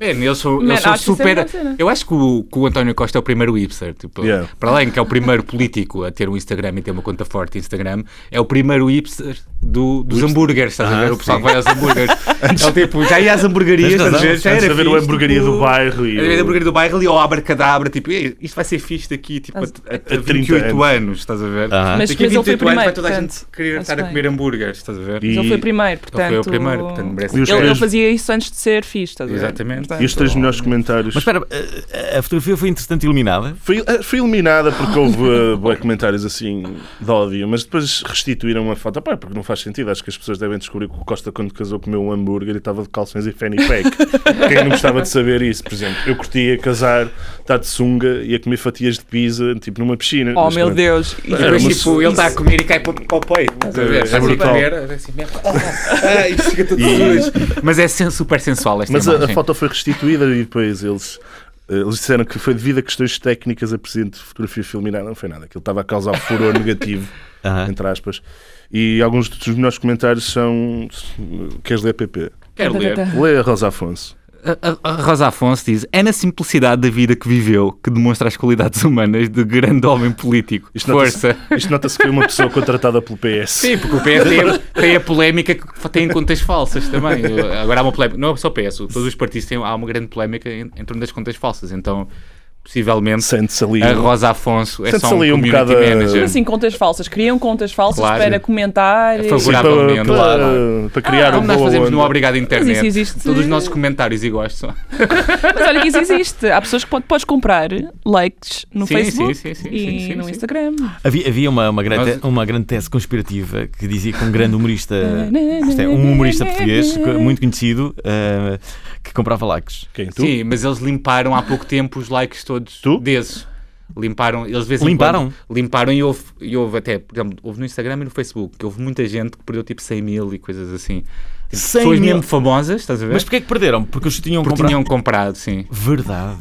Speaker 2: Man, eles são,
Speaker 6: Man,
Speaker 2: eles são
Speaker 6: acho que isso é
Speaker 2: super.
Speaker 6: uma cena.
Speaker 2: eu acho que o, que o António Costa é o primeiro hipster. Tipo,
Speaker 3: Yeah.
Speaker 2: Para além que é o primeiro político a ter um Instagram e ter uma conta forte de Instagram, é o primeiro hipster do, dos hambúrgueres. Estás a ver? O pessoal que vai aos hambúrgueres. (laughs) Então, tipo, já ia às hambúrguerias,
Speaker 1: Tens
Speaker 2: estás a
Speaker 1: razão.
Speaker 2: ver? Já
Speaker 3: Antes
Speaker 2: era
Speaker 3: de haver
Speaker 2: fixe,
Speaker 3: o hamburgueria
Speaker 2: tipo,
Speaker 3: do bairro e.
Speaker 2: Às vezes a
Speaker 3: o-
Speaker 2: hambúrguer do bairro ali ao abracadabra, tipo, "Ei, isto vai ser fixe daqui tipo, a, a, a
Speaker 3: 30
Speaker 2: 28
Speaker 3: anos.
Speaker 2: anos, estás a ver?
Speaker 1: Aham.
Speaker 6: Mas-
Speaker 2: daqui a
Speaker 6: mas ele foi
Speaker 2: 28 anos vai
Speaker 6: primeiro,
Speaker 2: toda a gente
Speaker 6: portanto,
Speaker 2: querer
Speaker 6: está-se
Speaker 2: estar a
Speaker 6: bem.
Speaker 2: comer hambúrgueres, estás a ver?
Speaker 3: E-
Speaker 6: Mas ele foi o primeiro,
Speaker 2: Ele
Speaker 6: portanto.
Speaker 2: foi o primeiro, portanto, merece.
Speaker 3: E os
Speaker 6: Ele, ele
Speaker 3: três-
Speaker 6: fazia isso antes de ser fixe, estás a ver?
Speaker 2: Exatamente.
Speaker 6: Portanto,
Speaker 3: E os três melhores comentários.
Speaker 1: Mas espera, eh, a, fotografia foi interessante iluminada.
Speaker 3: Foi, eh, foi eliminada porque houve eh, bué comentários assim de ódio, mas depois restituíram uma foto. Pá, porque não faz sentido. Acho que as pessoas devem descobrir que o Costa, quando casou, comeu um hambúrguer e estava de calções e fanny
Speaker 6: (laughs)
Speaker 3: pack. Quem não gostava de saber isso? Por exemplo, eu curtia casar, estar de sunga e a comer fatias de pizza, tipo numa piscina.
Speaker 6: Oh
Speaker 3: Mas
Speaker 6: meu
Speaker 3: pronto.
Speaker 6: Deus. E
Speaker 2: E depois,
Speaker 3: Era uma-
Speaker 2: tipo, ele está a comer e cai para, para o peito.
Speaker 8: É
Speaker 2: estás a ver? Vai
Speaker 3: brutal.
Speaker 2: comer, é assim, merda.
Speaker 8: (laughs)
Speaker 2: Ah, isto fica tudo sujo. Mas é sen- super sensual esta
Speaker 3: Mas a, a
Speaker 2: imagem.
Speaker 3: foto foi restituída e depois eles. eh, Eles disseram que foi devido a questões técnicas a presidente de fotografia filminar, não foi nada, aquilo estava a causar
Speaker 2: (laughs)
Speaker 3: furor negativo
Speaker 1: Aham.
Speaker 3: entre aspas. E alguns dos melhores comentários são. Queres ler PP?
Speaker 2: Quero ler.
Speaker 3: Lê a Rosa Afonso.
Speaker 2: A, a- a Rosa Afonso diz: É na simplicidade da vida que viveu que demonstra as qualidades humanas de grande homem político.
Speaker 3: Isto nota-se-
Speaker 2: Força.
Speaker 3: Isto nota-se que foi uma pessoa contratada pelo PS.
Speaker 2: Sim, porque o
Speaker 1: (laughs)
Speaker 2: PS tem, a- tem a polémica que tem contas falsas também. Agora há uma polémica, não é só o PS, todos os partidos têm há uma grande polémica em, em torno das contas falsas. Então, possivelmente,
Speaker 3: Sente-se ali.
Speaker 2: a Rosa Afonso é
Speaker 3: Sente-se
Speaker 2: só um
Speaker 3: ali um
Speaker 2: community
Speaker 3: bocado a-
Speaker 2: manager.
Speaker 6: Assim, contas falsas. Criam contas falsas
Speaker 2: Claro.
Speaker 6: para comentar.
Speaker 2: A favor.
Speaker 3: Sim, para,
Speaker 2: favoravelmente,
Speaker 3: para,
Speaker 2: claro.
Speaker 3: para criar um
Speaker 2: Ah, Como nós
Speaker 3: boa
Speaker 2: fazemos
Speaker 3: onda.
Speaker 2: no Obrigado Internet.
Speaker 6: Mas isso existe.
Speaker 2: Todos os
Speaker 6: (laughs)
Speaker 2: nossos comentários iguais são.
Speaker 6: Mas olha que isso existe. Há pessoas que pode- podes comprar likes no
Speaker 2: Sim,
Speaker 6: Facebook
Speaker 2: sim, sim, sim,
Speaker 6: e
Speaker 2: sim, sim,
Speaker 6: no
Speaker 2: sim.
Speaker 6: Instagram.
Speaker 1: Havia, havia uma, uma, grande,
Speaker 2: Nós-
Speaker 1: uma grande tese conspirativa que dizia que um grande
Speaker 2: (laughs)
Speaker 1: humorista, isto é, um humorista português co- muito conhecido, eh, que comprava likes.
Speaker 3: Quem? Tu?
Speaker 2: Sim, mas eles limparam há pouco tempo os likes todos
Speaker 3: Tu?
Speaker 2: desses. Limparam, eles de vez em
Speaker 1: Limparam?
Speaker 2: quando- limparam e houve, e houve até, por exemplo, houve no Instagram e no Facebook, que houve muita gente que perdeu tipo 100 mil e coisas assim. Tipo,
Speaker 1: 100
Speaker 2: pessoas
Speaker 1: mil?
Speaker 2: mesmo famosas, estás a ver?
Speaker 1: Mas porquê é que perderam? Porque os tinham
Speaker 2: Porque
Speaker 1: comprado.
Speaker 2: tinham comprado, sim.
Speaker 1: Verdade.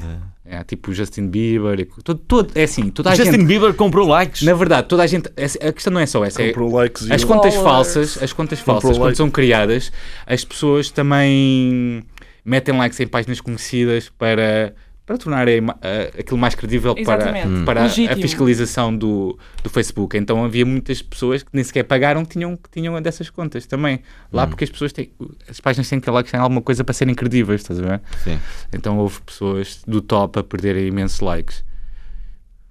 Speaker 2: É, tipo o Justin Bieber, e co- todo, todo- é assim, toda a
Speaker 1: Justin
Speaker 2: gente.
Speaker 1: Bieber comprou likes.
Speaker 2: Na verdade, toda a gente. essa- A questão não é só essa. é-
Speaker 3: Comprou likes e
Speaker 2: as
Speaker 3: eu-
Speaker 2: contas
Speaker 5: Followers.
Speaker 2: falsas, as contas falsas,
Speaker 3: like.
Speaker 2: quando são criadas, as pessoas também metem likes em páginas conhecidas para, para tornar a ima- a- aquilo mais credível para,
Speaker 5: Exatamente.
Speaker 2: para a
Speaker 5: Legítimo.
Speaker 2: fiscalização do, do Facebook. Então havia muitas pessoas que nem sequer pagaram que tinham, que tinham dessas contas também. Lá porque as pessoas têm. As páginas têm que ter likes em alguma coisa para serem credíveis, estás a ver?
Speaker 1: Sim.
Speaker 2: Então houve pessoas do top a perderem imensos likes.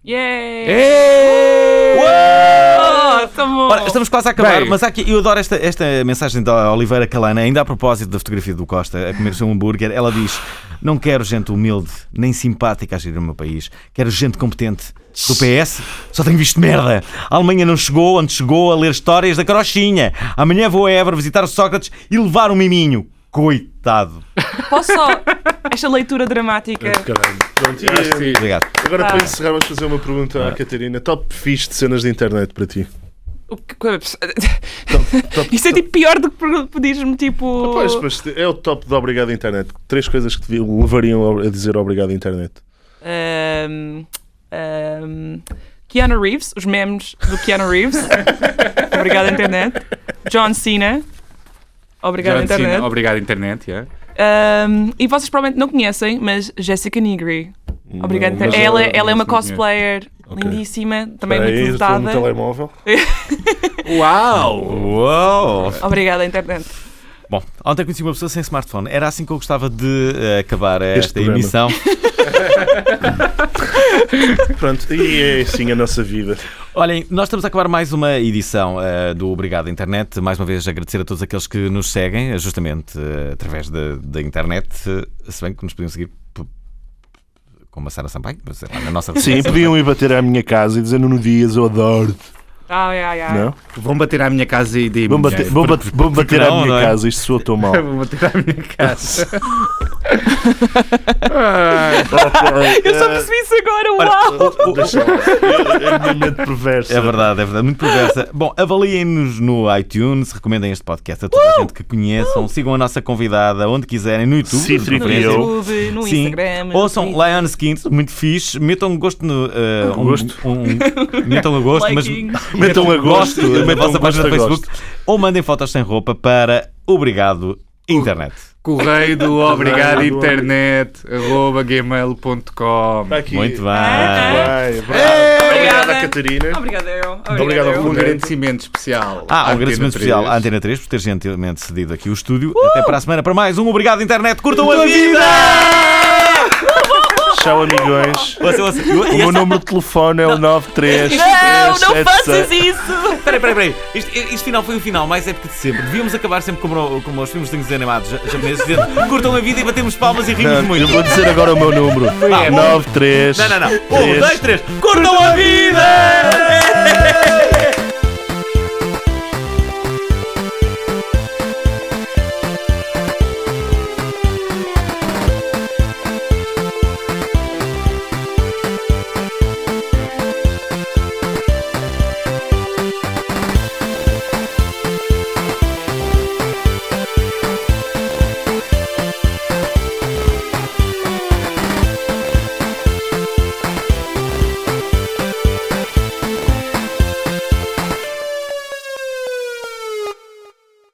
Speaker 5: Yay!
Speaker 6: É,
Speaker 2: Ei!
Speaker 5: Oh, tá bom.
Speaker 1: Ora, estamos quase a acabar,
Speaker 2: Bem.
Speaker 1: mas há aqui, eu adoro esta, esta mensagem da Oliveira Calana, ainda a propósito da fotografia do Costa a comer o seu hambúrguer. Ela diz: Não quero gente humilde nem simpática a gerir o meu país, quero gente competente. Do PS, só tenho visto merda. A Alemanha não chegou onde chegou a ler histórias da carochinha. Amanhã vou a Évora visitar o Sócrates e levar um miminho. Coitado.
Speaker 5: Posso só esta leitura dramática?
Speaker 3: Caralho. Pronto, e,
Speaker 2: Acho que- Ah.
Speaker 1: Obrigado.
Speaker 3: Agora, para encerrar, vamos fazer uma pergunta à Catarina. Top fixe de cenas de internet para ti.
Speaker 5: O que- (laughs) Isso é tipo pior do que pedires-me tipo.
Speaker 3: Pois, mas é o top de obrigado à internet. Três coisas que te levariam a dizer obrigado à internet.
Speaker 5: Ahm, ahm, ehm, Keanu Reeves, os memes do Keanu Reeves. Obrigado, internet. John Cena. Obrigado,
Speaker 2: John Cena,
Speaker 5: internet.
Speaker 2: Obrigado, internet. é. yeah.
Speaker 5: Ahm, e vocês provavelmente não conhecem, mas Jessica Nigri. Obrigado,
Speaker 3: Mas
Speaker 5: internet. Ela, ela é uma
Speaker 2: não conheço.
Speaker 5: cosplayer
Speaker 3: Ok.
Speaker 5: lindíssima, também
Speaker 3: Espera aí, um
Speaker 5: muito
Speaker 3: estou no
Speaker 5: dotada.
Speaker 3: telemóvel.
Speaker 2: Uau!
Speaker 1: Uou!
Speaker 5: Obrigada, internet.
Speaker 1: Bom, ontem conheci uma pessoa sem smartphone. Era assim que eu gostava de eh, acabar eh,
Speaker 3: Este
Speaker 1: esta
Speaker 3: programa.
Speaker 1: emissão.
Speaker 3: Pronto, e é assim a nossa vida.
Speaker 1: Olhem, nós estamos a acabar mais uma edição eh, do Obrigado Internet. Mais uma vez agradecer a todos aqueles que nos seguem, eh, justamente eh, através da da internet. eh, se bem que nos podiam seguir p- como a Sara Sampaio, mas, eh, na nossa
Speaker 3: Sim,
Speaker 1: referência.
Speaker 3: podiam ir bater à minha casa e dizer Nuno Dias, eu adoro-te.
Speaker 5: Ai, ai, ai.
Speaker 3: Não?
Speaker 2: Vão bater à minha casa e de
Speaker 3: Vão bater, vão bater, vão bater
Speaker 1: não,
Speaker 3: à minha
Speaker 1: não é?
Speaker 3: casa, isto
Speaker 1: (laughs)
Speaker 3: soa tão mal.
Speaker 2: Vão bater à minha (laughs) casa.
Speaker 5: Eu só percebi isso agora, uau!
Speaker 3: Deixa lá. É a minha mente perversa.
Speaker 1: É verdade, é verdade, muito
Speaker 3: (laughs)
Speaker 1: perversa. Bom, avaliem-nos no iTunes, recomendem este podcast a toda
Speaker 3: Uh!
Speaker 1: a gente que conheçam, sigam a nossa convidada onde quiserem, no YouTube,
Speaker 3: Sim,
Speaker 1: de
Speaker 3: sim,
Speaker 5: No
Speaker 1: preferência.
Speaker 3: eu.
Speaker 5: YouTube, no
Speaker 1: Sim.
Speaker 5: Instagram.
Speaker 1: Ouçam
Speaker 5: no
Speaker 1: Lion Skins, muito fixe. Metam gosto no. eh, um,
Speaker 3: Gosto.
Speaker 1: Um, um- metam a gosto, mas.
Speaker 5: Liking.
Speaker 3: Metam a gosto,
Speaker 1: na
Speaker 3: metam
Speaker 1: vossa
Speaker 3: gosto
Speaker 1: página do
Speaker 3: a gosto.
Speaker 1: Facebook. Ou mandem fotos sem roupa para Obrigado Internet.
Speaker 2: Correio do obrigado
Speaker 3: Correio do
Speaker 2: internet arroba gmail.com.
Speaker 3: Está Tá aqui.
Speaker 1: Muito bem. Ah,
Speaker 3: Vai, bravo. Obrigado à Catarina.
Speaker 5: Obrigada, eu.
Speaker 3: Obrigado ao
Speaker 5: eu.
Speaker 2: Um
Speaker 3: Fundo.
Speaker 2: agradecimento especial. à
Speaker 1: Ah, um
Speaker 2: Antena
Speaker 1: agradecimento
Speaker 2: 3.
Speaker 1: especial à Antena 3 por ter gentilmente cedido aqui o estúdio. Até para a semana para mais um Obrigado Internet. Curtam a vida!
Speaker 3: Tchau, amigões.
Speaker 1: Ouça, ouça. E-
Speaker 3: O
Speaker 1: e
Speaker 3: meu
Speaker 1: essa-
Speaker 3: número de telefone é o 93.
Speaker 5: Não, não faças isso!
Speaker 1: Peraí, peraí, peraí. Isto, isto final foi o final mais épico de sempre. Devíamos acabar sempre como, como os filmes de desenhos animados ja- japoneses, dizendo curtam a vida e batemos palmas e rimos muito.
Speaker 3: Eu vou dizer agora o meu número.
Speaker 1: Vá, um-
Speaker 3: 93.
Speaker 1: Não, não, não. Um,
Speaker 3: Três.
Speaker 1: dois, três. Curtam a vida!